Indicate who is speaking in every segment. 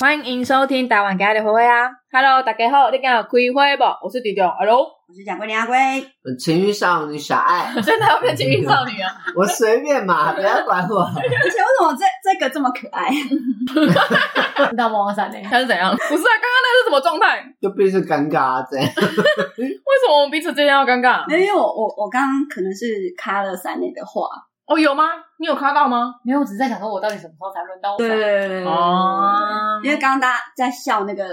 Speaker 1: 欢迎收听台湾家的灰灰啊！Hello，大家好，你敢有开会不？我是迪迪，Hello，
Speaker 2: 我是蒋桂林阿龟，
Speaker 3: 呃情欲少女小爱，
Speaker 1: 真的要变情欲少女啊！
Speaker 3: 我随便 嘛，不要管我。
Speaker 2: 而且为什么这这个这么可 爱？
Speaker 4: 你到魔王山呢？
Speaker 1: 他是怎样？不是啊，刚刚那是什么状态？为
Speaker 3: 就必须尴尬啊，这样。
Speaker 1: 什么我们彼此之间要尴尬？
Speaker 2: 没有，因为我我我刚刚可能是卡了三内的话，
Speaker 1: 哦，有吗？你有看到吗？
Speaker 4: 没有，我只是在想说，我到底什么时候才轮到我？
Speaker 2: 对，
Speaker 1: 哦，
Speaker 2: 因为刚刚大家在笑那个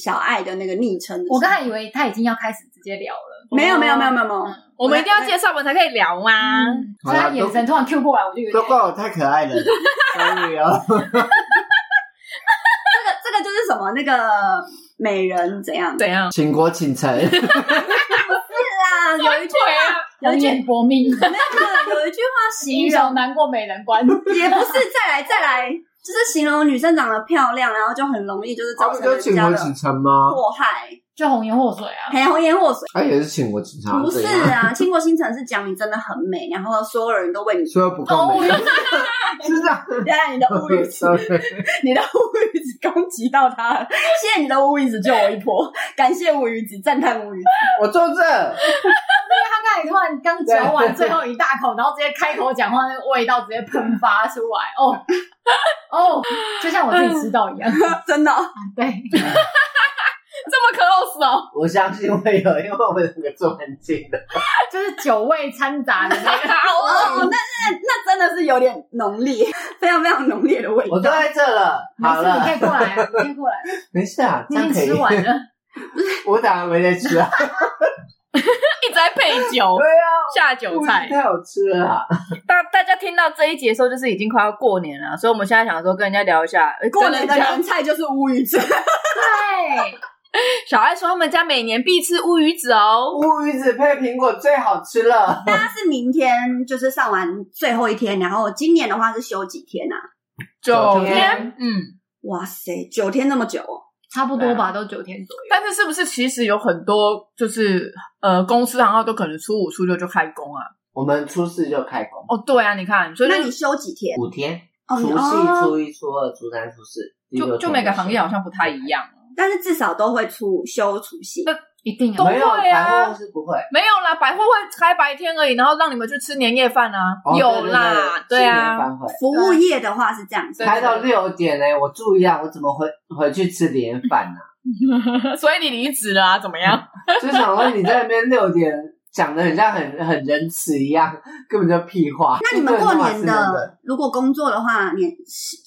Speaker 2: 小爱的那个昵称的时候，
Speaker 4: 我刚才以为他已经要开始直接聊了，嗯
Speaker 2: 没有没有没啊有没有没有，
Speaker 1: 我们一定要介绍，我们才可以聊吗？
Speaker 4: 所以他眼神突然 Q 过来，我就有
Speaker 3: 都
Speaker 4: 点
Speaker 3: 怪我太可爱了， 所以哦，
Speaker 2: 这个这个就是什么那个美人怎样？
Speaker 1: 怎样？
Speaker 3: 倾国倾城，
Speaker 2: 啊，有一句
Speaker 1: 啊！
Speaker 2: 有一句
Speaker 4: 有点薄命，
Speaker 2: 没有有一句话形
Speaker 4: 英
Speaker 2: 容
Speaker 4: 雄难过美人关。
Speaker 2: 也不是再来再来，就是形容女生长得漂亮，然后就很容易就是
Speaker 3: 他
Speaker 2: 造
Speaker 3: 们
Speaker 2: 成
Speaker 3: 就
Speaker 2: 人
Speaker 3: 倾
Speaker 2: 家
Speaker 3: 国
Speaker 2: 的
Speaker 3: 倾城吗？
Speaker 2: 祸害，
Speaker 4: 就红颜祸水啊！
Speaker 2: 还红颜祸水。
Speaker 3: 他也是倾国倾城啊，
Speaker 2: 不是
Speaker 3: 这样
Speaker 2: 啊，倾国倾城是讲你真的很美，然后所有人都为你。
Speaker 3: 说不
Speaker 4: 哦
Speaker 3: 够美， 是这样。
Speaker 2: 原来你的乌鱼 子，
Speaker 3: Sorry
Speaker 2: 你的乌鱼子攻击到他了，谢谢你的乌鱼子救我一波， 感谢乌鱼子，赞叹 乌鱼子。
Speaker 3: 我坐这，
Speaker 4: 他刚才突然刚嚼完最后一大口，然后直接开口讲话，那个味道直接喷发出来，哦哦，就像我自己吃到 一样。
Speaker 2: 真的哦、
Speaker 4: 对，
Speaker 1: 这么 close 哦，
Speaker 3: 我相信会有，因为我们两个坐很近的。
Speaker 4: 就是酒味掺杂的那个。
Speaker 1: 好
Speaker 2: 哦，那
Speaker 1: 恶
Speaker 2: 那那真的是有点浓烈， 非常非常浓烈的味
Speaker 3: 我
Speaker 2: 道。
Speaker 3: 坐在这了，
Speaker 4: 没
Speaker 3: 好
Speaker 4: 事，你可
Speaker 3: 了，
Speaker 4: 以过来啊，你可 以过来。
Speaker 3: 没事啊，这
Speaker 4: 你
Speaker 3: 样
Speaker 4: 已
Speaker 3: 可
Speaker 4: 经
Speaker 3: 以
Speaker 4: 吃。完了，
Speaker 3: 我打算没在 吃啊。
Speaker 1: 一直在配 酒
Speaker 3: 对啊，
Speaker 1: 下酒 菜。
Speaker 3: 太好吃了啊。
Speaker 1: 大大家听到这一集的时候，就是已经快要过年了，所以我们现在想说跟人家聊一下哎诶
Speaker 2: 过年的
Speaker 1: 真假
Speaker 2: 年菜就是乌鱼子，
Speaker 4: 对，
Speaker 1: 小爱说他们家每年必吃乌鱼子哦。
Speaker 3: 乌鱼子配苹果最好吃了。
Speaker 2: 它是明天就是上完最后一天，然后今年的话是休几天啊？
Speaker 1: 九
Speaker 3: 九
Speaker 1: 天
Speaker 3: 天，
Speaker 1: 嗯，
Speaker 2: 哇塞，九天那么久、哦，
Speaker 4: 差不多吧，都九天左右。
Speaker 1: 但是是不是其实有很多就是呃公司行号都可能初五初六就开工啊？
Speaker 3: 我们初四就开工，
Speaker 1: 哦，对啊，你看，所以
Speaker 2: 那
Speaker 1: 就
Speaker 2: 你休几天？
Speaker 3: 五天，
Speaker 2: 哦，
Speaker 3: 除
Speaker 2: 你
Speaker 3: 夕、
Speaker 2: 哦，
Speaker 3: 初一、初二、初三、初四，第六
Speaker 1: 就
Speaker 3: 天
Speaker 1: 就每个行业好像不太一样。啊
Speaker 2: 但是至少都会出休除夕。
Speaker 4: 一定
Speaker 1: 都
Speaker 4: 啊，
Speaker 3: 没有
Speaker 1: 会啊
Speaker 3: 百货公司不会，
Speaker 1: 没有啦，百货会开白天而已，然后让你们去吃年夜饭啊。
Speaker 3: 哦
Speaker 1: 有啦，
Speaker 3: 对对对新年
Speaker 1: 啊，
Speaker 3: 饭会
Speaker 2: 服务业的话是这样子
Speaker 1: 对，
Speaker 3: 开到六点呢，我住一样，我怎么回 回去吃年饭呢？
Speaker 1: 所以你离职了啊？怎么样？
Speaker 3: 就想问你在那边六点讲的很像很很仁慈一样，根本就屁话。
Speaker 2: 那你们过年
Speaker 3: 真的
Speaker 2: 的，如果工作的话，年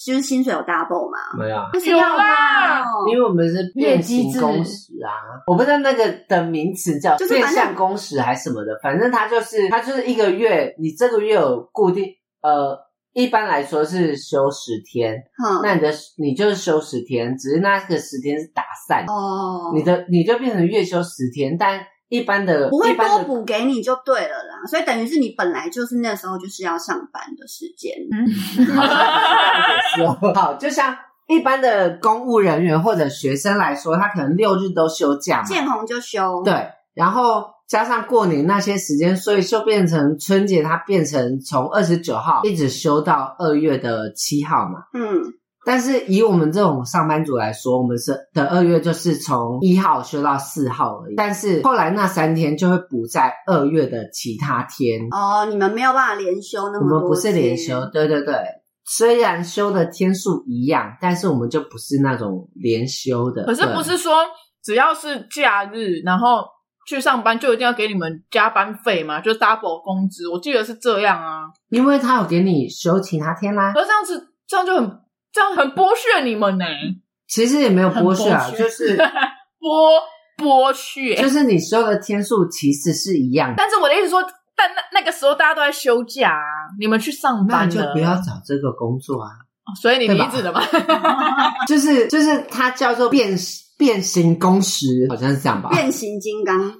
Speaker 2: 就是薪水有 double 吗？
Speaker 3: 没有啊？
Speaker 2: 不
Speaker 1: 有啦
Speaker 2: 哦
Speaker 3: 因为我们是
Speaker 4: 业
Speaker 3: 变
Speaker 4: 绩
Speaker 3: 形
Speaker 4: 制
Speaker 3: 工时啊，我不知道那个的名词叫
Speaker 2: 就是
Speaker 3: 变
Speaker 2: 反正
Speaker 3: 相工时还是什么的，反正它就是它就是一个月，你这个月有固定呃，一般来说是休十天，
Speaker 2: 哼，
Speaker 3: 那你的你就是休十天，只是那个十天是打散，
Speaker 2: 哦，
Speaker 3: 你的你就变成月休十天，但一般的
Speaker 2: 不会
Speaker 3: 一般
Speaker 2: 多
Speaker 3: 的
Speaker 2: 补给你就对了啦。所以等于是你本来就是那时候就是要上班的时间。
Speaker 3: 好，就像一般的公务人员或者学生来说，他可能六日都休假嘛，
Speaker 2: 见红就休，，
Speaker 3: 对，然后加上过年那些时间，所以就变成春节，它变成从二十九号一直休到二月的七号嘛。
Speaker 2: 嗯，
Speaker 3: 但是以我们这种上班族来说，我们是的二月就是从一号休到四号而已，但是后来那三天就会补在二月的其他天。
Speaker 2: 哦，你们没有办法连休那
Speaker 3: 我
Speaker 2: 么多，
Speaker 3: 们不是连休，，对对对。虽然休的天数一样，但是我们就不是那种连休的。
Speaker 1: 可是
Speaker 3: 嗯对
Speaker 1: 不是说只要是假日，然后去上班就一定要给你们加班费吗？就是 double 工资，我记得是这样啊。
Speaker 3: 因为他有给你休其他天啦，
Speaker 1: 可是这样子，这样就很这样很剥削你们呢、
Speaker 3: 其实也没有剥削啊，
Speaker 4: 很剥削
Speaker 3: 就是
Speaker 1: 剥剥削。
Speaker 3: 就是你休的天数其实是一样的，
Speaker 1: 但是我的意思说，但那那个时候大家都在休假啊，你们去上
Speaker 3: 那
Speaker 1: 班
Speaker 3: 你就
Speaker 1: 了，
Speaker 3: 不要找这个工作啊。
Speaker 1: 哦所以你
Speaker 3: 对
Speaker 1: 离
Speaker 3: 吧
Speaker 1: 职了嘛？
Speaker 3: 就是就是它叫做变变形工时，好像是这样吧？
Speaker 2: 变形金刚，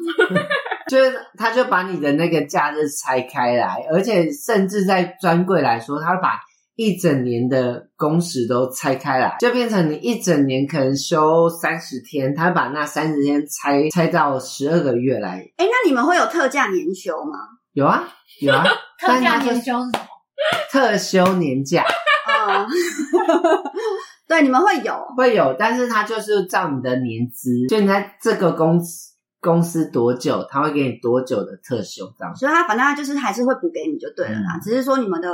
Speaker 3: 就是他就把你的那个假日拆开来，而且甚至在专柜来说，他会把一整年的工时都拆开来，就变成你一整年可能休三十天，他把那三十天拆拆到十二个月来。
Speaker 2: 哎，那你们会有特价年休吗？
Speaker 3: 有啊有 啊，
Speaker 4: 特价
Speaker 3: 但
Speaker 4: 年
Speaker 3: 它是
Speaker 4: 休是什么？
Speaker 3: 特休年假，
Speaker 2: 哦，对对，你们会有
Speaker 3: 会有，但是它就是照你的年资，就你在这个公司公司多久，他会给你多久的特休这样。
Speaker 2: 所以他反正他就是还是会补给你就对了
Speaker 3: 嗯
Speaker 2: 啦，只是说你们的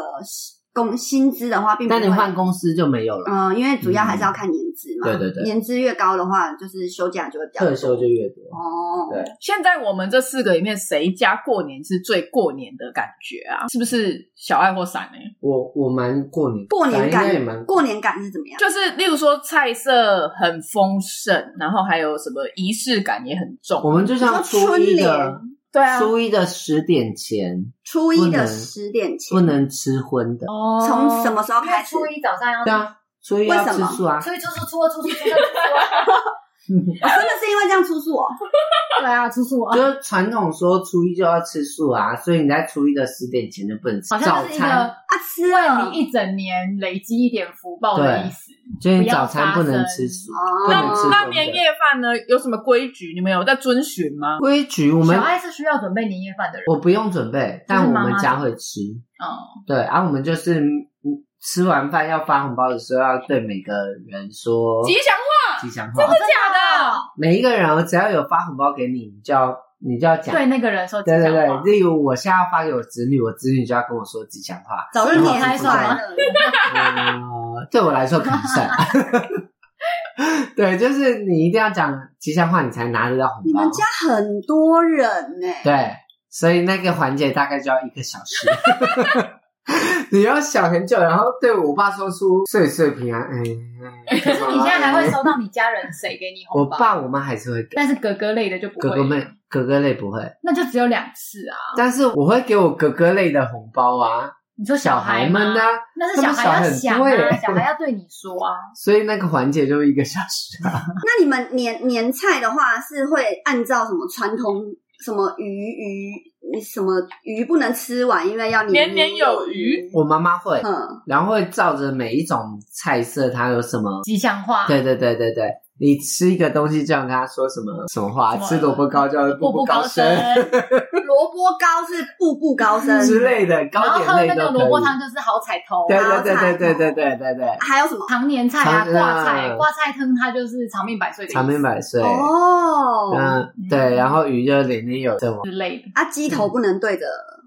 Speaker 2: 工薪资的话，并不
Speaker 3: 但你
Speaker 2: 会
Speaker 3: 换公司就没有了，
Speaker 2: 嗯，因为主要还是要看年资嘛。
Speaker 3: 嗯对对对
Speaker 2: 年资越高的话，就是休假就会比较多
Speaker 3: 特休就越多。
Speaker 2: 哦。
Speaker 3: 对
Speaker 1: 现在我们这四个里面，谁家过年是最过年的感觉啊？是不是小爱或闪呢、
Speaker 3: 我我蛮过年，
Speaker 2: 过年
Speaker 3: 反正应该也
Speaker 2: 感，
Speaker 3: 蛮
Speaker 2: 过年感是怎么样？
Speaker 1: 就是例如说菜色很丰盛，然后还有什么仪式感也很
Speaker 3: 我
Speaker 1: 重。
Speaker 3: 们就像初一
Speaker 2: 你说
Speaker 3: 的
Speaker 2: 春，
Speaker 1: 对啊
Speaker 3: 初一的十点前
Speaker 2: 初一
Speaker 3: 不
Speaker 2: 的
Speaker 3: 能
Speaker 2: 十点前
Speaker 3: 不，能吃荤的。
Speaker 1: 哦
Speaker 2: 从什么时候
Speaker 4: 因为
Speaker 2: 开始？哦
Speaker 4: 初一早上要
Speaker 3: 对啊，初一要
Speaker 2: 为什
Speaker 3: 吃
Speaker 2: 么
Speaker 3: 素啊。
Speaker 4: 初一出出初二出出初三出出
Speaker 2: 哦真的是因为这样出宿哦。
Speaker 4: 啊，对啊，出出啊，
Speaker 3: 就是传统说初一就要吃素啊，所以你在初一的十点前就不能吃
Speaker 4: 好
Speaker 3: 早
Speaker 4: 像就是一
Speaker 3: 餐，
Speaker 4: 个
Speaker 2: 啊，吃
Speaker 4: 为
Speaker 2: 了
Speaker 4: 你一整年累积一点福报的意思。
Speaker 3: 就是
Speaker 4: 不
Speaker 3: 你
Speaker 4: 要
Speaker 3: 早餐
Speaker 4: 杀
Speaker 3: 不能
Speaker 4: 生
Speaker 3: 吃素，不
Speaker 1: 那
Speaker 3: 能吃
Speaker 2: 哦，
Speaker 1: 那
Speaker 3: 荤的
Speaker 1: 年夜饭呢？有什么规矩？你们有在遵循吗？
Speaker 3: 规矩我们
Speaker 4: 小爱是需要准备年夜饭的人，
Speaker 3: 我不用准备，但我
Speaker 4: 妈
Speaker 3: 们
Speaker 4: 妈
Speaker 3: 家会吃。
Speaker 1: 哦，
Speaker 3: 对，然、后我们就是嗯吃完饭要发红包的时候，要对每个人说
Speaker 1: 吉祥话，
Speaker 3: 吉祥话。
Speaker 1: 真的假的？
Speaker 3: 每一个人哦只要有发红包给你，你就要你就要讲。
Speaker 4: 对那个人说吉
Speaker 3: 对
Speaker 4: 祥
Speaker 3: 对
Speaker 4: 话
Speaker 3: 对，，例如我现在要发给我子女，我子女就要跟我说吉祥话。
Speaker 2: 早日
Speaker 3: 然后
Speaker 2: 投胎
Speaker 3: 我
Speaker 2: 算
Speaker 3: 就说
Speaker 2: 了。
Speaker 3: 呃，对我来说可能算。 对，就是你一定要讲吉祥话，你才拿得到红
Speaker 2: 你
Speaker 3: 包
Speaker 2: 们。家很多人呢、
Speaker 3: 对，所以那个环节大概就要一个小时。 你要想很久，然后对我爸说出“岁岁平安”，哎、 嗯，
Speaker 4: 可是你现在还会
Speaker 3: 哎
Speaker 4: 收到你家人谁给你
Speaker 3: 我
Speaker 4: 红包？
Speaker 3: 爸我妈还是会给
Speaker 4: 但是哥哥类的就不会，
Speaker 3: 哥哥妹哥哥类不会，
Speaker 4: 那就只有两次啊。
Speaker 3: 但是我会给我哥哥类的红包啊，
Speaker 4: 你说
Speaker 3: 小
Speaker 4: 孩
Speaker 3: 孩们呢、啊
Speaker 4: 吗？那是小孩要想
Speaker 3: 他们小孩
Speaker 4: 啊，
Speaker 3: 很
Speaker 4: 小孩要对你说啊。
Speaker 3: 所以那个环节就一个小时 啊。
Speaker 2: 那你们年年菜的话，是会按照什么传统？什么鱼鱼什么鱼不能吃完，因为要
Speaker 1: 年
Speaker 2: 年
Speaker 1: 年有余。
Speaker 3: 我妈妈会，
Speaker 2: 嗯，
Speaker 3: 然后会照着每一种菜色，它有什么？
Speaker 4: 吉祥话，
Speaker 3: 对对对对对，你吃一个东西就要跟他说什么什么话，
Speaker 1: 什么
Speaker 3: 吃萝卜糕叫
Speaker 4: 步步
Speaker 3: 高
Speaker 4: 高升，
Speaker 2: 萝卜糕是步步高升，
Speaker 3: 之类的，
Speaker 4: 嗯然
Speaker 3: 糕
Speaker 4: 后
Speaker 3: 点
Speaker 4: 喝
Speaker 3: 类
Speaker 4: 那
Speaker 3: 都
Speaker 4: 个
Speaker 3: 可以。
Speaker 4: 萝卜汤就是好彩头
Speaker 3: 对
Speaker 4: 啊，
Speaker 3: 对对对对对对对对，
Speaker 2: 还有什么？
Speaker 4: 常年菜啊，
Speaker 3: 常
Speaker 4: 挂菜
Speaker 3: 嗯
Speaker 4: 挂菜汤，它就是长命百岁的意思
Speaker 3: 长命百岁。
Speaker 2: 哦，
Speaker 3: 嗯，对，然后鱼就年年有什么？
Speaker 4: 之类的。
Speaker 2: 啊，鸡头不能对着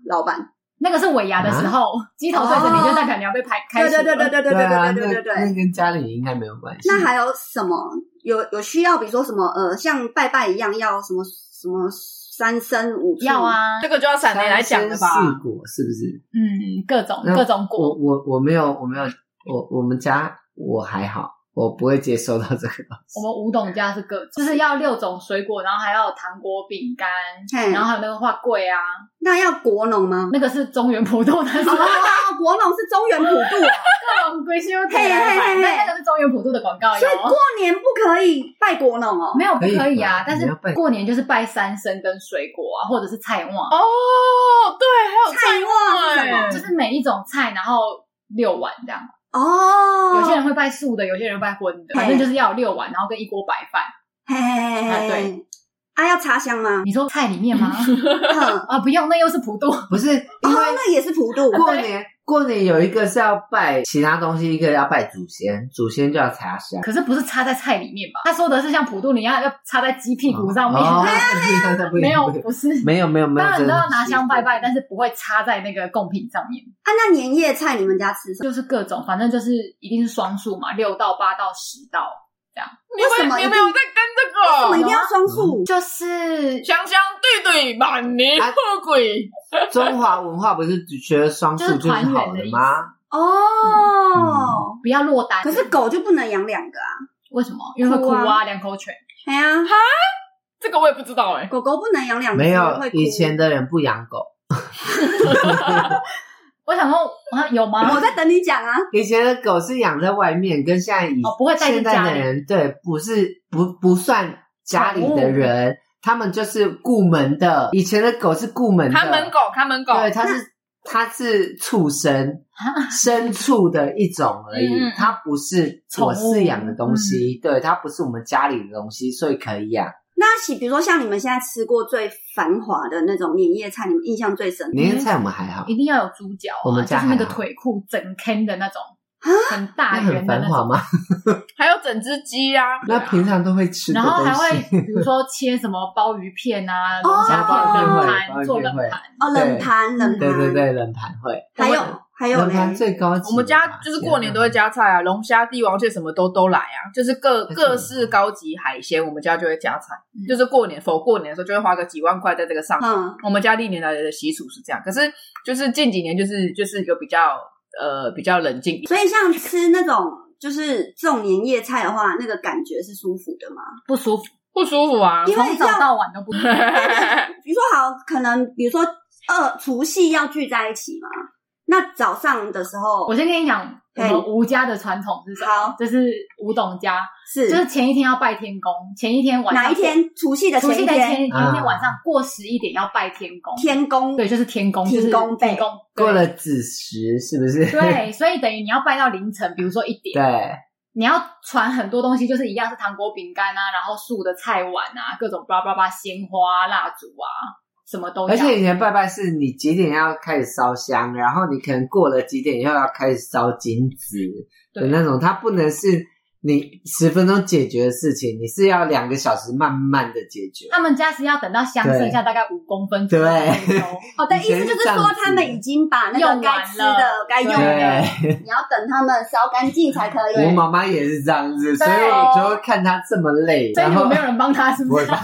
Speaker 2: 老板。
Speaker 4: 那个是尾牙的时候，鸡头对着你就代表你要被排开
Speaker 2: 对
Speaker 4: 除了。
Speaker 2: 对对对对对对
Speaker 3: 啊，
Speaker 2: 对
Speaker 3: 那
Speaker 2: 对对对
Speaker 3: 那
Speaker 2: 对。
Speaker 3: 跟家里应该没有关系。
Speaker 2: 那还有什么？有有需要，比如说什么呃，像拜拜一样，要什么什么三生五畜
Speaker 4: 要，啊，
Speaker 1: 这个就要闪雷来讲的吧？
Speaker 3: 三生四果是不是？
Speaker 4: 嗯，各种
Speaker 3: 那
Speaker 4: 各种
Speaker 3: 我
Speaker 4: 果，
Speaker 3: 我我没有我没有我我们家我还好，我不会接收到这个东西
Speaker 4: 我。们吴董家是各种，就是要六种水果，然后还要有糖果、饼干，
Speaker 2: 嘿
Speaker 4: 然后还有那个花桂啊，
Speaker 2: 那要国农吗？
Speaker 4: 那个是中原普渡，但是
Speaker 2: 哦，国农是中原普渡啊，
Speaker 4: 各种归修可以来
Speaker 2: 嘿嘿嘿
Speaker 4: 买，
Speaker 2: 嘿
Speaker 4: 但那个是中原普渡的广告
Speaker 2: 所以
Speaker 4: 哟
Speaker 2: 过。年不可以拜国农哦。
Speaker 4: 没有不可以
Speaker 3: 可以吧
Speaker 4: 啊，但
Speaker 3: 你
Speaker 4: 是
Speaker 3: 要拜
Speaker 4: 过年就是拜三牲跟水果啊，或者是菜旺，
Speaker 1: 哦，对，还有
Speaker 2: 旺是什么
Speaker 1: 对
Speaker 4: 就是每一种菜，然后六碗这样。
Speaker 2: 哦，
Speaker 4: 有些人会拜素的，有些人会拜荤
Speaker 2: 嘿
Speaker 4: 的，反正就是要有六碗，然后跟一锅白饭。
Speaker 2: 嘿嘿嘿嘿，
Speaker 4: 啊对，
Speaker 2: 啊要插香 吗？
Speaker 4: 你说菜里面 吗？
Speaker 2: 嗯，
Speaker 4: 啊，不用，那又是普渡。
Speaker 3: 不是
Speaker 4: 哦
Speaker 3: 因为
Speaker 2: 哦那也是普渡，
Speaker 4: 啊
Speaker 3: 过年过年有一个是要拜其他东西，一个要拜祖先，祖先就要插香。
Speaker 4: 可是不是插在菜里面吧？他说的是像普渡，你要要插在鸡屁股上面，哎
Speaker 3: 哦 不一样那不一
Speaker 4: 没
Speaker 3: 样
Speaker 4: 有，
Speaker 3: 不一样
Speaker 4: 不是。
Speaker 3: 没有没有没有，
Speaker 4: 当然
Speaker 3: 真
Speaker 4: 都
Speaker 3: 的
Speaker 4: 要
Speaker 3: 是
Speaker 4: 拿香拜拜，但是不会插在那个贡品上面，
Speaker 2: 啊，那年夜菜你们家吃什么？
Speaker 4: 就是各种，反正就是一定是双数嘛，六到八到十到，
Speaker 1: 你们
Speaker 2: 为什么
Speaker 1: 你
Speaker 2: 一定
Speaker 1: 们有在
Speaker 4: 啊
Speaker 2: 为什么
Speaker 1: 跟
Speaker 2: 一
Speaker 1: 这个？
Speaker 2: 定要双数？
Speaker 4: 就是
Speaker 1: 香香对对满年富贵，
Speaker 3: 中华文化不是觉得双数就是好的吗？
Speaker 2: 哦，
Speaker 4: 不要落单。
Speaker 2: 可是狗就不能养两个啊？
Speaker 4: 为什么？因为会哭
Speaker 2: 哭
Speaker 4: 啊，
Speaker 2: 啊
Speaker 4: 两口犬。
Speaker 2: 哎呀，
Speaker 1: 这个我也不知道哎。
Speaker 2: 狗狗不能养两只，
Speaker 3: 没有
Speaker 2: 会，哭
Speaker 3: 以前的人不养狗，
Speaker 4: 我想说，啊，有 吗？
Speaker 2: 我在等你讲啊。
Speaker 3: 以前的狗是养在外面，跟现在以
Speaker 4: 哦不会带进
Speaker 3: 现在
Speaker 4: 家
Speaker 3: 的
Speaker 4: 里
Speaker 3: 人对不是不不算家里的人，他们就是顾门的。以前的狗是顾门的，
Speaker 1: 看门狗，看门狗，
Speaker 3: 对，它是它是畜 生，牲畜的一种而已
Speaker 1: 嗯嗯，
Speaker 3: 它不是
Speaker 4: 宠物
Speaker 3: 我饲养的东
Speaker 4: 嗯
Speaker 3: 西，对，它不是我们家里的东西，所以可以养。
Speaker 2: 那喜，比如说像你们现在吃过最繁华的那种年夜菜，你们印象最深的
Speaker 3: 年夜菜我们还好，
Speaker 4: 一定要有猪脚啊，
Speaker 3: 我们
Speaker 4: 就
Speaker 3: 家
Speaker 4: 是那
Speaker 3: 还
Speaker 4: 个
Speaker 3: 好
Speaker 4: 腿裤整坑的那种，
Speaker 2: 啊
Speaker 4: 很
Speaker 3: 那
Speaker 4: 大圆
Speaker 3: 很
Speaker 4: 的
Speaker 3: 繁
Speaker 4: 那
Speaker 3: 华
Speaker 4: 种，
Speaker 3: 吗？
Speaker 1: 还有整只鸡啊，
Speaker 3: 那平常都会吃的
Speaker 4: 然
Speaker 3: 东
Speaker 4: 后
Speaker 3: 西，
Speaker 4: 还会比如说切什么鲍鱼片啊、
Speaker 2: 哦
Speaker 4: 龙虾片、冷盘
Speaker 3: 鲍
Speaker 4: 做
Speaker 3: 鱼片
Speaker 4: 冷
Speaker 3: 会
Speaker 4: 盘，
Speaker 2: 哦，冷盘冷盘，
Speaker 3: 对对，对，冷盘会，
Speaker 2: 还有还有哎
Speaker 3: 冷
Speaker 2: 嘞，
Speaker 3: 盘最高级嘛。
Speaker 1: 我们家就是过年都会加菜啊，龙虾、帝王蟹什么都都来啊，就是各
Speaker 3: 嗯
Speaker 1: 各式高级海鲜，我们家就会加菜。就是过年否过年的时候，就会花个几万块在这个上面。
Speaker 2: 嗯，
Speaker 1: 我们家历年来的习俗是这样，可是就是近几年就是就是有比较呃比较冷静，
Speaker 2: 所以像吃那种就是这种年夜菜的话，那个感觉是舒服的嘛？
Speaker 4: 不舒服，
Speaker 1: 不舒服 啊
Speaker 2: 因。为
Speaker 4: 从早到晚都不舒服。
Speaker 2: 比如说好，可能比如说呃，除夕要聚在一起嘛，那早上的时候
Speaker 4: 我先跟你讲，我
Speaker 2: 嘿
Speaker 4: 们吴家的传统是什么
Speaker 2: 好？
Speaker 4: 就是吴董家，
Speaker 2: 是
Speaker 4: 就是前一天要拜天公，前一天晚上
Speaker 2: 哪一？天？除夕的
Speaker 4: 除
Speaker 2: 前
Speaker 4: 夕
Speaker 2: 一
Speaker 4: 的前
Speaker 2: 天，
Speaker 4: 前一
Speaker 3: 啊
Speaker 4: 天晚上过十一点要拜天公，
Speaker 2: 天公
Speaker 4: 对，就是天公，就是
Speaker 2: 天公
Speaker 4: 天
Speaker 2: 拜
Speaker 4: 公对
Speaker 3: 过了子时，是不是？
Speaker 4: 对，所以等于你要拜到凌晨，比如说一 点，
Speaker 3: 对，
Speaker 4: 你要传很多东西，就是一样是糖果、饼干啊，然后素的菜碗啊，各种巴拉巴拉、鲜花、蜡烛啊，什么都要。
Speaker 3: 而且以前拜拜是你几点要开始烧香，然后你可能过了几点又要开始烧金纸的
Speaker 4: 对
Speaker 3: 那种，它不能是你十分钟解决的事情，你是要两个小时慢慢的解决。
Speaker 4: 他们家是要等到香剩下大概五公分左右
Speaker 3: 对
Speaker 4: 才 收，
Speaker 2: 哦，对，意思就是说他们已经把那个
Speaker 4: 用完
Speaker 2: 该吃的
Speaker 4: 了、
Speaker 2: 该用的，
Speaker 3: 对，
Speaker 2: 你要等他们烧干净才可
Speaker 3: 我
Speaker 2: 以。
Speaker 3: 妈妈也是这样子，所
Speaker 4: 对哦
Speaker 3: 以我就会看她这么累，
Speaker 4: 所以
Speaker 3: 然
Speaker 4: 你
Speaker 3: 后
Speaker 4: 们没有人帮他，是
Speaker 3: 不
Speaker 4: 不
Speaker 3: 会
Speaker 4: 是？
Speaker 3: 吧？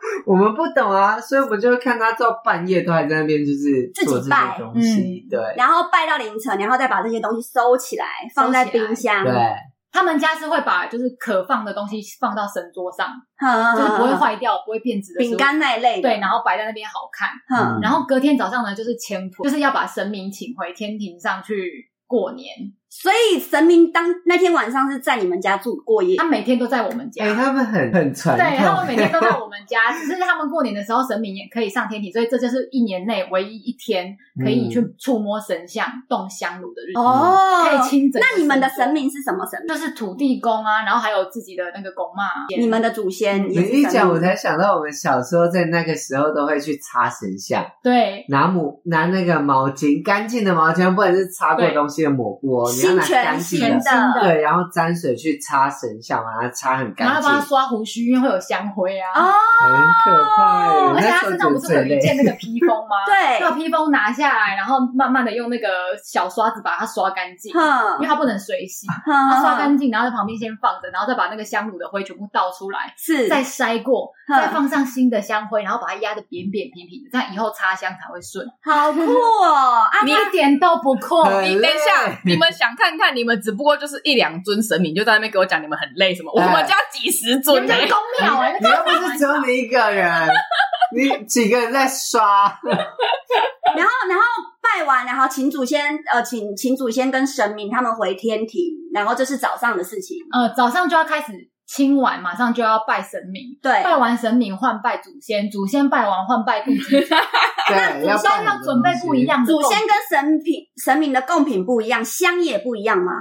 Speaker 3: 我们不懂啊，所以我们就会看她到半夜都还在那边，就是
Speaker 2: 自己
Speaker 3: 做这
Speaker 2: 拜
Speaker 3: 些东
Speaker 4: 嗯
Speaker 3: 西，对
Speaker 2: 然后拜到凌晨，然后再把这些东西收起来，放在冰箱。
Speaker 3: 对，
Speaker 4: 他们家是会把就是可放的东西放到神桌上，
Speaker 2: 哼，
Speaker 4: 就是
Speaker 2: 哼
Speaker 4: 不会，
Speaker 2: 哼
Speaker 4: 坏掉、不会变质的食物
Speaker 2: 嗯饼，干那一类的。
Speaker 4: 对，然后摆在那边好看。
Speaker 2: 哼，
Speaker 3: 嗯
Speaker 4: 然后隔天早上呢，就是前仆，就是要把神明请回天庭上去过年。
Speaker 2: 所以神明当那天晚上是在你们家住过夜
Speaker 4: 他。每天都在我们家，
Speaker 3: 哎、他们很很传统，
Speaker 4: 对他们每天都在 我们家， 只是他们过年的时候神明也可以上天庭，所以这就是一年内唯一一天可以去
Speaker 3: 嗯
Speaker 4: 触摸神像、动香炉的日子，
Speaker 2: 哦，
Speaker 4: 可以亲整个神桌。
Speaker 2: 那你们的神明是什么神明？
Speaker 4: 就是土地公啊，然后还有自己的那个公妈，
Speaker 2: 你们的祖先
Speaker 3: 你
Speaker 2: 也是神
Speaker 3: 一
Speaker 2: 明
Speaker 3: 讲，我才想到我们小时候在那个时候都会去擦神像，
Speaker 4: 对
Speaker 3: 拿抹拿那个毛巾，干净的毛巾，不能是擦过东西的抹布哦，你要
Speaker 2: 新
Speaker 3: 拿干
Speaker 2: 全
Speaker 3: 净
Speaker 2: 新
Speaker 3: 的，
Speaker 2: 的
Speaker 3: 对，然后沾水去擦神像，把它擦很
Speaker 4: 然后
Speaker 3: 干
Speaker 4: 要
Speaker 3: 净，
Speaker 4: 帮他
Speaker 3: 很
Speaker 4: 刷胡须，因为会有香灰啊。
Speaker 2: 哦，
Speaker 3: 可怕耶。我
Speaker 4: 而且
Speaker 3: 那时
Speaker 4: 他
Speaker 3: 候觉
Speaker 4: 身
Speaker 3: 得
Speaker 4: 上不是有
Speaker 3: 最累
Speaker 4: 一，件那个披风吗？
Speaker 2: 对
Speaker 4: 把披风拿下来，然后慢慢的用那个小刷子把它刷干净，
Speaker 2: 哼嗯
Speaker 4: 因为它不能水洗，
Speaker 2: 哼，
Speaker 4: 它刷干净，然后在旁边先放着，然后再把那个香炉的灰全部倒出来，
Speaker 2: 是
Speaker 4: 再筛过，
Speaker 2: 嗯
Speaker 4: 再放上新的香灰，然后把它压得扁扁平平的，这样以后插香才会顺。
Speaker 2: 好酷 哦！啊，
Speaker 4: 你一点都不酷，
Speaker 3: 很
Speaker 1: 你
Speaker 3: 累
Speaker 1: 等一下，你们想看看，你们只不过就是一两尊神明，就在那边给我讲你们很累什 么，我
Speaker 3: 哎
Speaker 1: 们家几十
Speaker 4: 你
Speaker 1: 尊欸
Speaker 4: 们
Speaker 1: 呢
Speaker 4: 家是，公庙哎，
Speaker 3: 你
Speaker 4: 那
Speaker 3: 又
Speaker 4: 个
Speaker 3: 不是只有你一个人，你几个人在刷？
Speaker 2: 然后然后拜完，然后请祖先呃，请请祖先跟神明他们回天庭，然后这是早上的事情。
Speaker 4: 呃早上就要开始清碗，马上就要拜神明。
Speaker 2: 对，
Speaker 4: 拜完神明换拜祖先，祖先拜完换拜地 基，
Speaker 3: 对，
Speaker 4: 祖
Speaker 3: 办
Speaker 4: 先要
Speaker 3: 很多
Speaker 4: 准备
Speaker 3: 东西
Speaker 4: 不一。样的
Speaker 2: 祖
Speaker 4: 贡
Speaker 2: 先跟神品神明的贡品不一样，香也不一样吗？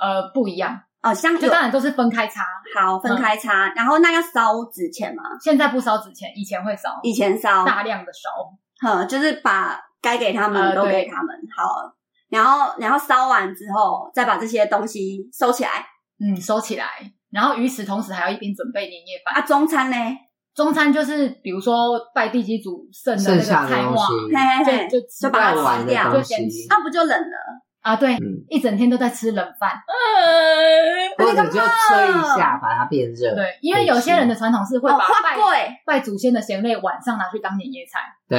Speaker 4: 呃不一样，
Speaker 2: 哦，香
Speaker 4: 就
Speaker 2: 有
Speaker 4: 当然都是分开插。
Speaker 2: 好
Speaker 4: 嗯
Speaker 2: 分开插，然后那要烧纸钱吗？
Speaker 4: 现在不烧纸钱，以前会烧，
Speaker 2: 以前烧，
Speaker 4: 大量的烧。
Speaker 2: 呵，就是把该给他们的
Speaker 4: 呃
Speaker 2: 都
Speaker 4: 对
Speaker 2: 给他们，好。然后，然后烧完之后，再把这些东西收起来。
Speaker 4: 嗯，收起来。然后与此同时，还要一边准备年夜饭。
Speaker 2: 啊，中餐嘞，
Speaker 3: 嗯
Speaker 4: 中餐就是比如说拜地基主剩的
Speaker 3: 剩
Speaker 4: 那个哎
Speaker 3: 下的
Speaker 4: 菜
Speaker 3: 东
Speaker 4: 末，
Speaker 3: 西
Speaker 2: 嘿，嘿嘿，
Speaker 4: 就就
Speaker 2: 就把它
Speaker 4: 吃
Speaker 2: 吃掉
Speaker 4: 就先吃
Speaker 2: 那、不就冷了？
Speaker 4: 啊，对，
Speaker 3: 嗯
Speaker 4: 一整天都在吃冷饭。
Speaker 1: 呃
Speaker 3: 或者就吹一下把它变热。
Speaker 4: 对，因为有些人的传统是会
Speaker 2: 哦，
Speaker 4: 把
Speaker 2: 花
Speaker 4: 拜、
Speaker 2: 贵
Speaker 4: 拜祖先的咸类晚上拿去当年夜菜。
Speaker 3: 对，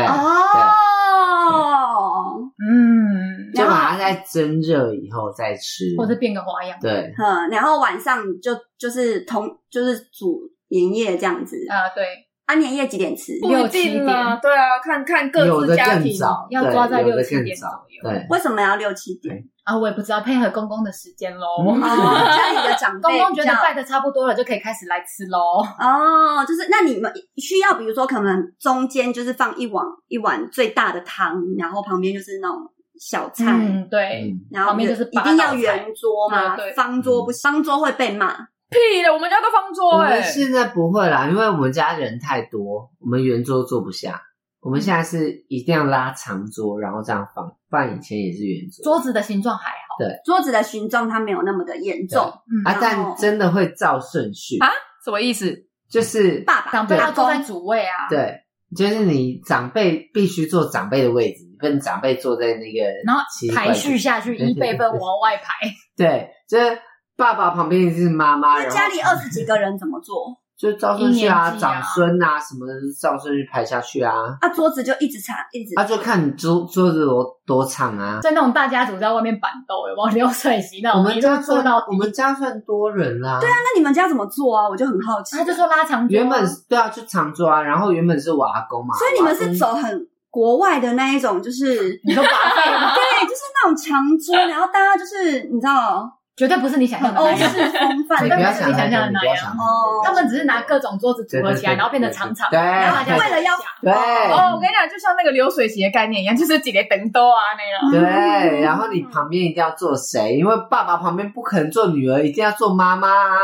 Speaker 2: 哦，
Speaker 4: 嗯，
Speaker 3: 就
Speaker 2: 然后
Speaker 3: 把它再蒸热以后再吃，
Speaker 4: 或者变个花样。
Speaker 3: 对，
Speaker 2: 嗯，然后晚上就就是同就是煮年夜这样子。
Speaker 4: 啊、对，
Speaker 2: 啊，年夜几点吃？
Speaker 4: 六
Speaker 1: 不一定啦，对啊，看看各
Speaker 3: 有
Speaker 1: 自
Speaker 3: 的
Speaker 1: 家
Speaker 3: 更
Speaker 1: 庭。
Speaker 3: 早，
Speaker 4: 要
Speaker 3: 对
Speaker 4: 抓在
Speaker 3: 有的
Speaker 4: 六七
Speaker 3: 更
Speaker 4: 点
Speaker 3: 早
Speaker 4: 左右
Speaker 3: 对，
Speaker 2: 为什么要六七点？
Speaker 4: 啊，我也不知道，配合公公的时间喽。
Speaker 2: 哦，
Speaker 3: 嗯
Speaker 2: 家里的长
Speaker 4: 公
Speaker 2: 辈
Speaker 4: 公觉得
Speaker 2: 比较
Speaker 4: 拜的差不多了，就可以开始来吃喽。
Speaker 2: 哦，就是那你们需要，比如说可能中间就是放一碗一碗最大的汤，然后旁边就是那种小菜，
Speaker 4: 嗯，对，
Speaker 3: 嗯
Speaker 2: 然后
Speaker 4: 旁边就是
Speaker 2: 一
Speaker 4: 八道
Speaker 2: 定要
Speaker 4: 菜
Speaker 2: 圆桌嘛，
Speaker 4: 嗯对
Speaker 2: 方桌不方桌会被骂。
Speaker 1: 屁的，我们家都放
Speaker 3: 我
Speaker 1: 桌哎、
Speaker 3: 们现在不会啦，因为我们家人太多，我们圆桌坐不下。我们现在是一定要拉长桌，然后这样放，不然以前也是圆桌。
Speaker 4: 桌子的形状还好，
Speaker 2: 桌子的形状它没有那么的严重。
Speaker 4: 嗯，
Speaker 3: 啊，但真的会照顺序，
Speaker 1: 啊什么意思？
Speaker 3: 就是
Speaker 2: 爸爸
Speaker 4: 长辈要
Speaker 2: 大公
Speaker 4: 坐在主位啊，
Speaker 3: 对，就是你长辈必须坐长辈的位置，你跟长辈坐在那个
Speaker 4: 然后
Speaker 3: 奇怪
Speaker 4: 排
Speaker 3: 的
Speaker 4: 序下去，一辈分往外排，
Speaker 3: 对，就是爸爸旁边是妈妈，
Speaker 2: 那
Speaker 3: 然后
Speaker 2: 家里二十几个人怎么做
Speaker 3: 就照顺序
Speaker 4: 一年
Speaker 3: 啊，
Speaker 4: 级啊
Speaker 3: 长孙啊什么的照顺序排下去啊，
Speaker 2: 啊？桌子就一直长，一直
Speaker 3: 啊就看你桌桌子多多长啊。
Speaker 4: 所以那种大家族在外面板豆，有没有流水席那
Speaker 3: 我
Speaker 4: 种？
Speaker 3: 们
Speaker 4: 啊一路
Speaker 3: 家
Speaker 4: 坐
Speaker 3: 算
Speaker 4: 到
Speaker 3: 我们家算多人啦、对啊，
Speaker 2: 那你们家怎么做啊？我就很好奇。
Speaker 4: 他就说拉长桌
Speaker 3: 原本是对啊就长桌啊，然后原本是我阿公嘛，
Speaker 2: 所以你们
Speaker 3: 我阿
Speaker 2: 是
Speaker 3: 公
Speaker 2: 走很国外的那一种， 就是
Speaker 4: 你说把费吗？
Speaker 2: 对，就是那种长桌，然后大家就是你知道
Speaker 4: 绝对不是你想
Speaker 2: 很
Speaker 4: 象 的
Speaker 2: 欧
Speaker 4: 那
Speaker 3: 哦
Speaker 4: 样，
Speaker 2: 式风范
Speaker 3: 你
Speaker 4: 那
Speaker 2: 的
Speaker 3: 不要
Speaker 2: 那
Speaker 4: 是
Speaker 3: 想
Speaker 4: 你
Speaker 2: 种，
Speaker 4: 想象的
Speaker 3: 太多你不要
Speaker 4: 那样
Speaker 3: 想太
Speaker 2: 哦
Speaker 3: 多
Speaker 4: 他们只是拿各种桌子组合起来，然后变得长长，
Speaker 3: 哎对，
Speaker 4: 然后大家
Speaker 2: 为了要
Speaker 3: 对
Speaker 1: 哦，我跟你讲，就像那个流水席的概念一样，就是几个等兜啊那
Speaker 2: 哦
Speaker 1: 样。
Speaker 3: 对，然后你旁边一定要坐谁？因为爸爸旁边不可能坐女儿，一定要坐妈妈啊。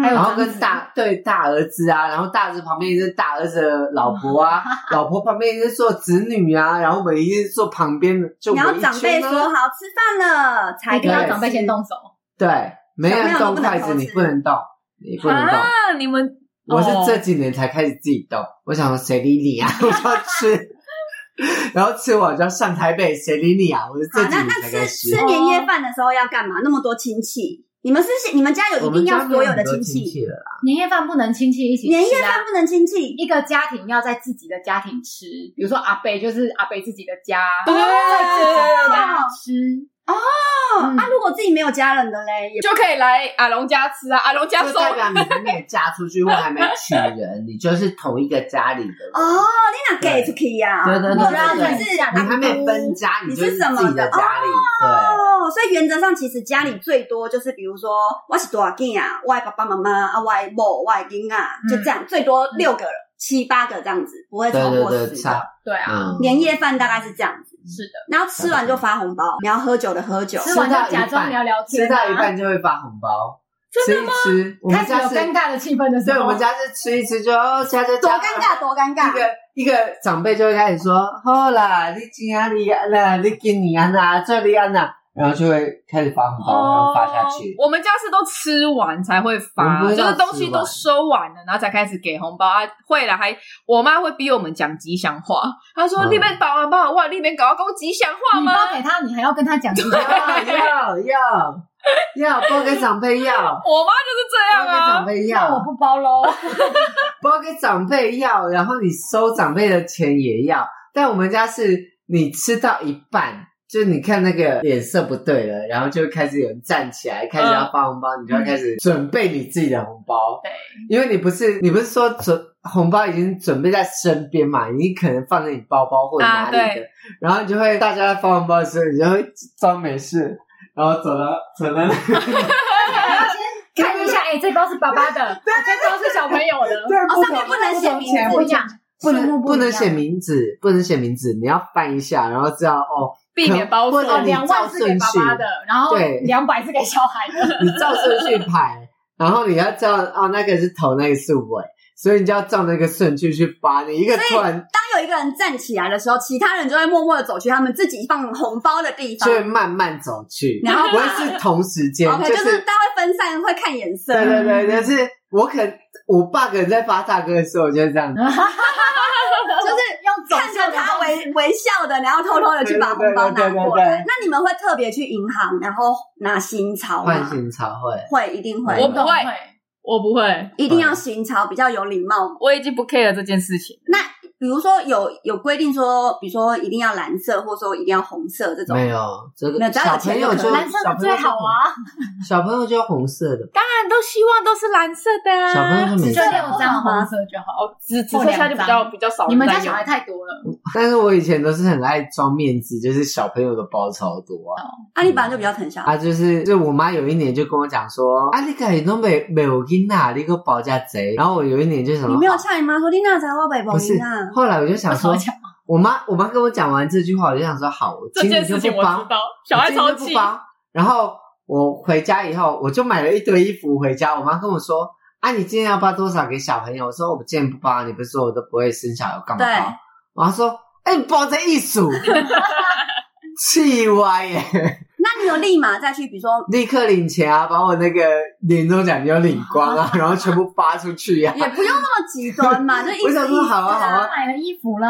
Speaker 4: 还有
Speaker 2: 嗯
Speaker 3: 然后跟大对大儿子啊，然后大儿子旁边一定是大儿子的老婆
Speaker 2: 哦
Speaker 3: 啊，老婆旁边一定是坐子女啊，然后我们一定是坐旁边的，就我
Speaker 2: 然
Speaker 3: 们
Speaker 2: 后
Speaker 3: 一
Speaker 2: 长辈
Speaker 3: 圈
Speaker 2: 说
Speaker 3: 啊
Speaker 2: 好吃饭了，才
Speaker 4: 一定
Speaker 2: 可
Speaker 4: 要
Speaker 2: 以
Speaker 4: 长辈
Speaker 2: 吃
Speaker 4: 先动手，
Speaker 3: 对，没
Speaker 2: 小朋
Speaker 3: 人
Speaker 2: 友都
Speaker 3: 动
Speaker 2: 不能
Speaker 3: 筷
Speaker 2: 偷
Speaker 3: 子，你
Speaker 2: 吃
Speaker 3: 不能动，你不能动。
Speaker 1: 啊，你们
Speaker 3: 我
Speaker 2: 哦
Speaker 3: 是这几年才开始自己动，我想说谁理你啊，我要吃。然后吃完就要上台北，谁理你啊？我是这
Speaker 2: 好，
Speaker 3: 几
Speaker 2: 那
Speaker 3: 年
Speaker 2: 那
Speaker 3: 才开
Speaker 2: 吃
Speaker 3: 始
Speaker 2: 吃。年夜饭的时候要干嘛？那么多亲戚，你们是你们家有
Speaker 3: 我
Speaker 2: 一定
Speaker 3: 们家
Speaker 2: 要所有
Speaker 3: 很
Speaker 2: 的
Speaker 3: 多
Speaker 2: 亲
Speaker 3: 亲
Speaker 2: 戚，
Speaker 3: 了啦，
Speaker 4: 年夜饭不能亲戚一起吃啊
Speaker 2: 年夜饭不能亲戚，
Speaker 4: 一个家庭要在自己的家庭吃，比如说阿贝就是阿贝自己的家，哦
Speaker 1: 对
Speaker 4: 在自己的家吃。
Speaker 2: 哦，
Speaker 4: 嗯
Speaker 2: 啊，如果自己没有家人的嘞，也
Speaker 1: 就可以来阿龙家吃啊，阿龙家
Speaker 3: 就
Speaker 1: 收
Speaker 3: 代表你还没有嫁出去或还没娶人，你就是同一个家里的人。
Speaker 2: 哦，你哪给出去呀？
Speaker 3: 对对对
Speaker 2: 或者
Speaker 4: 对对
Speaker 2: 你是
Speaker 3: 你还没有分家，
Speaker 2: 你
Speaker 3: 就是是
Speaker 2: 什么
Speaker 3: 自己
Speaker 2: 的
Speaker 3: 的家里。
Speaker 2: 哦，所以原则上其实家里最多就是比如说我是大囝啊，我的爸爸妈妈啊，我的某我的囡啊，就这样，最多六个七八个这样子，不会
Speaker 3: 对
Speaker 2: 超
Speaker 3: 对
Speaker 2: 过
Speaker 3: 对
Speaker 2: 十个。
Speaker 3: 对，差
Speaker 4: 对啊，
Speaker 3: 嗯，
Speaker 2: 年夜饭大概是这样子，
Speaker 4: 是的，
Speaker 2: 然后吃完就发红包，你要喝酒的喝酒，
Speaker 4: 吃完就假装聊聊
Speaker 3: 吃
Speaker 4: 天、啊，
Speaker 3: 到一半就会发红包，吃一吃。我
Speaker 4: 开
Speaker 3: 们
Speaker 4: 始有
Speaker 3: 家是，
Speaker 4: 尴尬的气氛的时
Speaker 3: 对，
Speaker 4: 候，
Speaker 3: 我们家是吃一吃就哦，家就
Speaker 2: 多尴。尬啊多尴
Speaker 3: 一
Speaker 2: 尬。
Speaker 3: 个一个长辈就会开始说：“好啦，你今天你安啦，你今年安啦，这里安啦。”然后就会开始发红包，哦然后发下去。
Speaker 1: 哦我们家是都吃完才会发，
Speaker 3: 我们不
Speaker 1: 就
Speaker 3: 会到
Speaker 1: 是东西都收完了，然后才开始给红包啊。会了，还我妈会逼我们讲吉祥话，她说
Speaker 3: 嗯
Speaker 1: 那边包完包完，哇，那边搞要讲吉祥话
Speaker 4: 你
Speaker 1: 吗？
Speaker 4: 包给他，你还要跟 他讲吉祥话，
Speaker 3: 要要要包给长辈要，
Speaker 1: 我妈就是这样
Speaker 3: 包给长
Speaker 1: 啊。
Speaker 3: 辈
Speaker 4: 那我
Speaker 3: 要，
Speaker 4: 不包喽。
Speaker 3: 包给长辈要，然后你收长辈的钱也要。但我们家是你吃到一半，就你看那个脸色不对了，然后就开始有人站起来，开始要发红包，你就要开始准备你自己的红包。
Speaker 4: 对，
Speaker 3: 因为你不是你不是说准红包已经准备在身边嘛，你可能放在你包包或者哪里的，
Speaker 1: 啊对
Speaker 3: 然后你就会大家在发红包的时候，你就会装没事，然后走到走到那个
Speaker 4: 先看一下，哎、这包是爸爸 的，这包是小朋友的，
Speaker 3: 对
Speaker 2: 哦，上面不能写名
Speaker 4: 不
Speaker 2: 字
Speaker 4: 一，样，
Speaker 3: 不
Speaker 4: 数目
Speaker 3: 能
Speaker 4: 不
Speaker 3: 不
Speaker 4: 一
Speaker 3: 能
Speaker 4: 样
Speaker 3: 写名字，不能写名字，你要翻一下，然后知道哦，
Speaker 1: 避免包错
Speaker 3: 可能，不
Speaker 4: 哦，
Speaker 3: 能
Speaker 4: 两万是给爸爸的，然后
Speaker 3: 对
Speaker 4: 两百是给小孩 的，
Speaker 3: 你照顺序排，然后你要知道哦，那个是头，那个是尾，所以你就要照那个顺序去发。你一个突然
Speaker 2: 当有一个人站起来的时候，其他人就会默默的走去他们自己放红包的地
Speaker 3: 就会
Speaker 2: 方。
Speaker 3: 慢慢走去，
Speaker 2: 然后
Speaker 3: 不会是同时间，
Speaker 2: OK，
Speaker 3: 就
Speaker 2: 就是大家会分散，会看眼色。
Speaker 3: 对对对，就是我可能我爸可能在发大哥的时候，我就会这样子，
Speaker 2: 就是
Speaker 4: 用走
Speaker 2: 看
Speaker 4: 向
Speaker 2: 着
Speaker 4: 的
Speaker 2: 他
Speaker 4: 方式
Speaker 2: 微微笑的，然后偷偷的去把红包拿过
Speaker 3: 对对对对对
Speaker 2: 来。那你们会特别去银行，然后拿新钞
Speaker 3: 换
Speaker 2: 吗？
Speaker 3: 新潮会。
Speaker 2: 会，一定会，
Speaker 1: 我不会，我不会，
Speaker 2: 一定要新钞，比较有礼貌。
Speaker 1: 我已经不 care 这件事情。
Speaker 2: 比如说有有规定说，比如说一定要蓝色，或者说一定要红色这种。
Speaker 3: 没有这
Speaker 2: 没
Speaker 3: 个
Speaker 2: 有只要
Speaker 3: 小
Speaker 2: 有钱
Speaker 3: 朋友
Speaker 2: 就可
Speaker 3: 就
Speaker 2: 以
Speaker 4: 蓝色
Speaker 3: 小朋
Speaker 4: 的
Speaker 3: 友
Speaker 4: 最
Speaker 3: 就
Speaker 4: 好啊，
Speaker 3: 小朋友就红色的，
Speaker 1: 当然啊都希望都是蓝色的啊。
Speaker 3: 小朋友就没
Speaker 4: 只
Speaker 3: 事
Speaker 4: 就。六张红色就好。
Speaker 1: 哦，紫紫
Speaker 4: 或
Speaker 1: 色下就
Speaker 4: 两
Speaker 1: 比较
Speaker 4: 张
Speaker 1: 比较少
Speaker 4: 你
Speaker 1: 人
Speaker 4: 们
Speaker 1: 在
Speaker 4: 家
Speaker 1: 用。
Speaker 4: 小孩太多了，
Speaker 3: 但是我以前都是很爱装面子，就是小朋友的包超多
Speaker 1: 嗯
Speaker 3: 啊。
Speaker 2: 啊，你本来就比较疼小孩
Speaker 3: 啊，就是就我妈有一年就跟我讲说，啊，你个都没没有囡呐，你个保价贼。然后我有一年就想说，
Speaker 2: 你没有
Speaker 3: 啊
Speaker 2: 呛你妈说你那才花北
Speaker 3: 不
Speaker 2: 蒙
Speaker 3: 是
Speaker 2: 啊？。
Speaker 3: 后来我就想
Speaker 4: 我
Speaker 3: 说
Speaker 4: 超，强，
Speaker 3: 我妈我妈跟我讲完这句话，我就想说，好，我
Speaker 1: 这
Speaker 3: 今
Speaker 1: 件
Speaker 3: 年就
Speaker 1: 事情
Speaker 3: 不
Speaker 1: 我
Speaker 3: 包
Speaker 1: 知，道，小孩超
Speaker 3: 我今
Speaker 1: 气
Speaker 3: 年就不。包。然后我回家以后，我就买了一堆衣服回家。我妈跟我说，啊，你今天要包多少给小朋友？我说我今天不包，你不是说我都不会生小孩，我干嘛包？我妈说哎、你包在 一组，气歪耶！
Speaker 2: 那你有立马再去，比如说
Speaker 3: 立刻领钱啊，把我那个年终奖金都领 光啊，然后全部发出去啊呀、
Speaker 2: 也不用那么极端 嘛，就一
Speaker 3: 我想说好啊好啊，
Speaker 4: 买了衣服啦，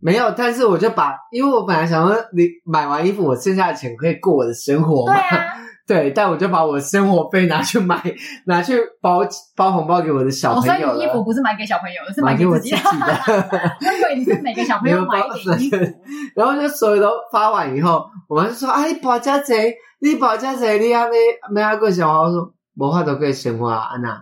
Speaker 3: 没有，但是我就把，因为我本来想说，你买完衣服，我剩下的钱可以过我的生活
Speaker 4: 对
Speaker 3: 嘛。
Speaker 4: 啊，
Speaker 3: 对，但我就把我生活费拿去买，拿去包包红包给我的小
Speaker 4: 哦，
Speaker 3: 朋
Speaker 4: 所以
Speaker 3: 友
Speaker 4: 你衣服
Speaker 3: 了，
Speaker 4: 不是买给小朋友的，是
Speaker 3: 买
Speaker 4: 给
Speaker 3: 给我自
Speaker 4: 己
Speaker 3: 己。的。
Speaker 4: 我以为你是每个小朋友买一点衣服，
Speaker 3: 然后就所有都发完以后，我妈就说：“啊，你保家贼，你保家贼，你阿妹没阿过小花。”我说：“无法度过生活啊，安娜，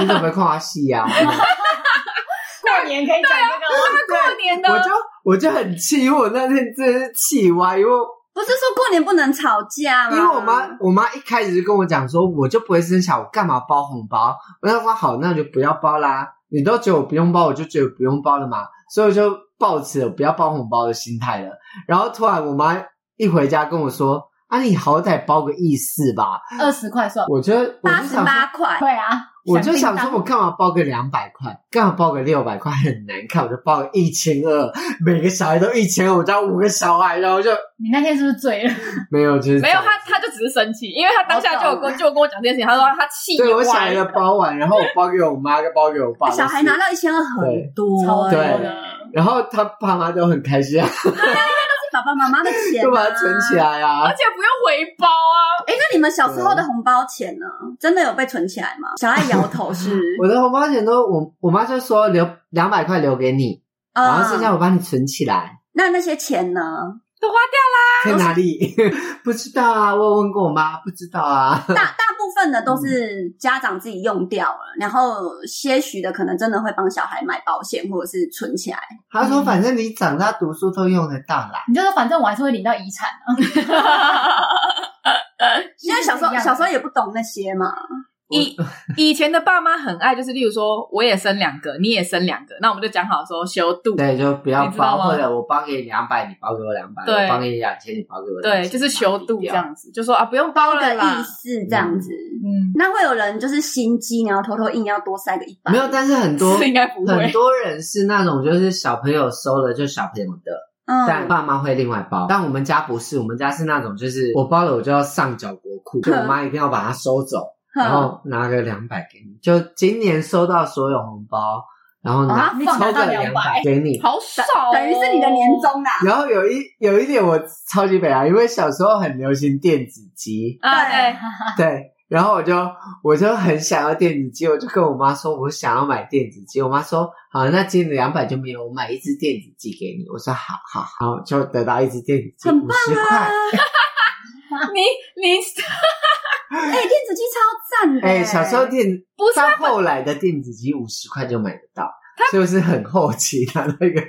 Speaker 3: 你怎么看戏 啊？”
Speaker 4: 过年可以讲这个
Speaker 1: 过年
Speaker 3: 我就我就很气，因为我那天真的是气歪，因为
Speaker 2: 不是说过年不能吵架吗？
Speaker 3: 因为我妈我妈一开始就跟我讲说，我就不会生小，我干嘛包红包？我就说好，那就不要包啦。你都觉得我不用包，我就觉得不用包了嘛，所以我就抱持了不要包红包的心态了。然后突然我妈一回家跟我说：“啊，你好歹包个意思吧。
Speaker 4: 吗，二十块算”
Speaker 3: 我觉得我
Speaker 2: 八
Speaker 3: 就
Speaker 2: 十
Speaker 3: 想说
Speaker 2: 八，块，
Speaker 4: 对啊，
Speaker 3: 啊我就想
Speaker 4: 叮
Speaker 3: 说
Speaker 4: 当
Speaker 3: 我干嘛包个两百块，干嘛包个六百块很难看，我就包个一千二，每个小孩都一千二，我家五个小孩，然后我就
Speaker 4: 你那天是不是醉了？
Speaker 3: 没有，就是
Speaker 1: 没有
Speaker 3: 这样
Speaker 1: 他，他就只是生气，因为他当下就有跟就有跟我讲这件事情，他说他气
Speaker 3: 对我小
Speaker 1: 坏
Speaker 3: 孩的
Speaker 1: 了，
Speaker 3: 包完，然后我包给我妈，跟包给我爸。
Speaker 2: 小孩拿
Speaker 3: 都是，
Speaker 2: 到一千二很多，
Speaker 4: 超
Speaker 3: 对
Speaker 4: 多
Speaker 2: 因为
Speaker 4: 的。
Speaker 3: 然后他爸妈都很开心啊，
Speaker 2: 是爸爸妈妈的钱、啊，
Speaker 3: 就把它存起。
Speaker 1: 而
Speaker 3: 来啊。，
Speaker 1: 且不用回包啊，
Speaker 2: 哎，那你们小时候的红包钱呢？真的有被存起来吗？小爱摇头是
Speaker 3: 我的红包钱都我我妈就说留两百块留给你，
Speaker 2: 嗯
Speaker 3: 然后剩下我帮你存起来，
Speaker 1: 啊
Speaker 2: 那那些钱呢？
Speaker 1: 都花掉
Speaker 3: 在哪里？ 不知道啊，我有问过我妈，不知道啊。
Speaker 2: 大大部分的都
Speaker 3: 嗯
Speaker 2: 是家长自己用掉了，然后些许的可能真的会帮小孩买保险或者是存起来。
Speaker 3: 她
Speaker 1: 嗯
Speaker 3: 说反正你长大读书都用得到啦。
Speaker 4: 你就说，反正我还是会领到遗产啊。
Speaker 1: 了。
Speaker 2: 因为小时候
Speaker 4: 一样的
Speaker 2: 小时候也不懂那些嘛，
Speaker 1: 以以前的爸妈很爱，就是例如说，我也生两个，你也生两个，那我们就讲好说修度，
Speaker 3: 对，就不要
Speaker 1: 你知道
Speaker 3: 包，
Speaker 1: 吗
Speaker 3: 或者我包给你两百，你包给我两百，
Speaker 1: 对
Speaker 3: 我包给你两千，你包给我
Speaker 1: 对，
Speaker 3: 2000
Speaker 1: 就是修度这。样子，就说啊不用包
Speaker 2: 包
Speaker 1: 了
Speaker 2: 个
Speaker 1: 啦
Speaker 2: 意，思这样子。
Speaker 1: 嗯，
Speaker 2: 那会有人就是心机，然后偷偷硬要多塞个一百，
Speaker 3: 没有，但是很多
Speaker 1: 是应该不
Speaker 3: 很
Speaker 1: 会，
Speaker 3: 多人是那种就是小朋友收了就小朋友的，但
Speaker 2: 嗯，
Speaker 3: 爸妈会另外包。但我们家不是，我们家是那种就是我包了我就要上缴国库，就我妈一定要把它收走，然
Speaker 2: 哼
Speaker 3: 后拿个两百给你。就今年收到所有红包，然后拿
Speaker 2: 啊
Speaker 4: 你
Speaker 3: 超
Speaker 4: 抽
Speaker 3: 个
Speaker 4: 到
Speaker 3: 两
Speaker 4: 两
Speaker 3: 百
Speaker 4: 百，
Speaker 3: 给你。
Speaker 1: 好少哦，
Speaker 2: 等于是你的年终啊啦。
Speaker 3: 然后有一有一点我超级北啊，因为小时候很流行电子 机，
Speaker 1: 啊，对，
Speaker 3: 对，然后我就我就很想要电子机，我就跟我妈说，我想要买电子机。我妈说，好，那今年两百就没有，我买一只电子机给你。我说，好好好，就得到一只电子机，
Speaker 2: 很
Speaker 3: 五十块。
Speaker 1: 你你
Speaker 2: 哎、电子机超赞的、
Speaker 3: 哎、小时候电
Speaker 1: 不是
Speaker 3: 到后来的电子机五十块就买得到，就是很后期的那个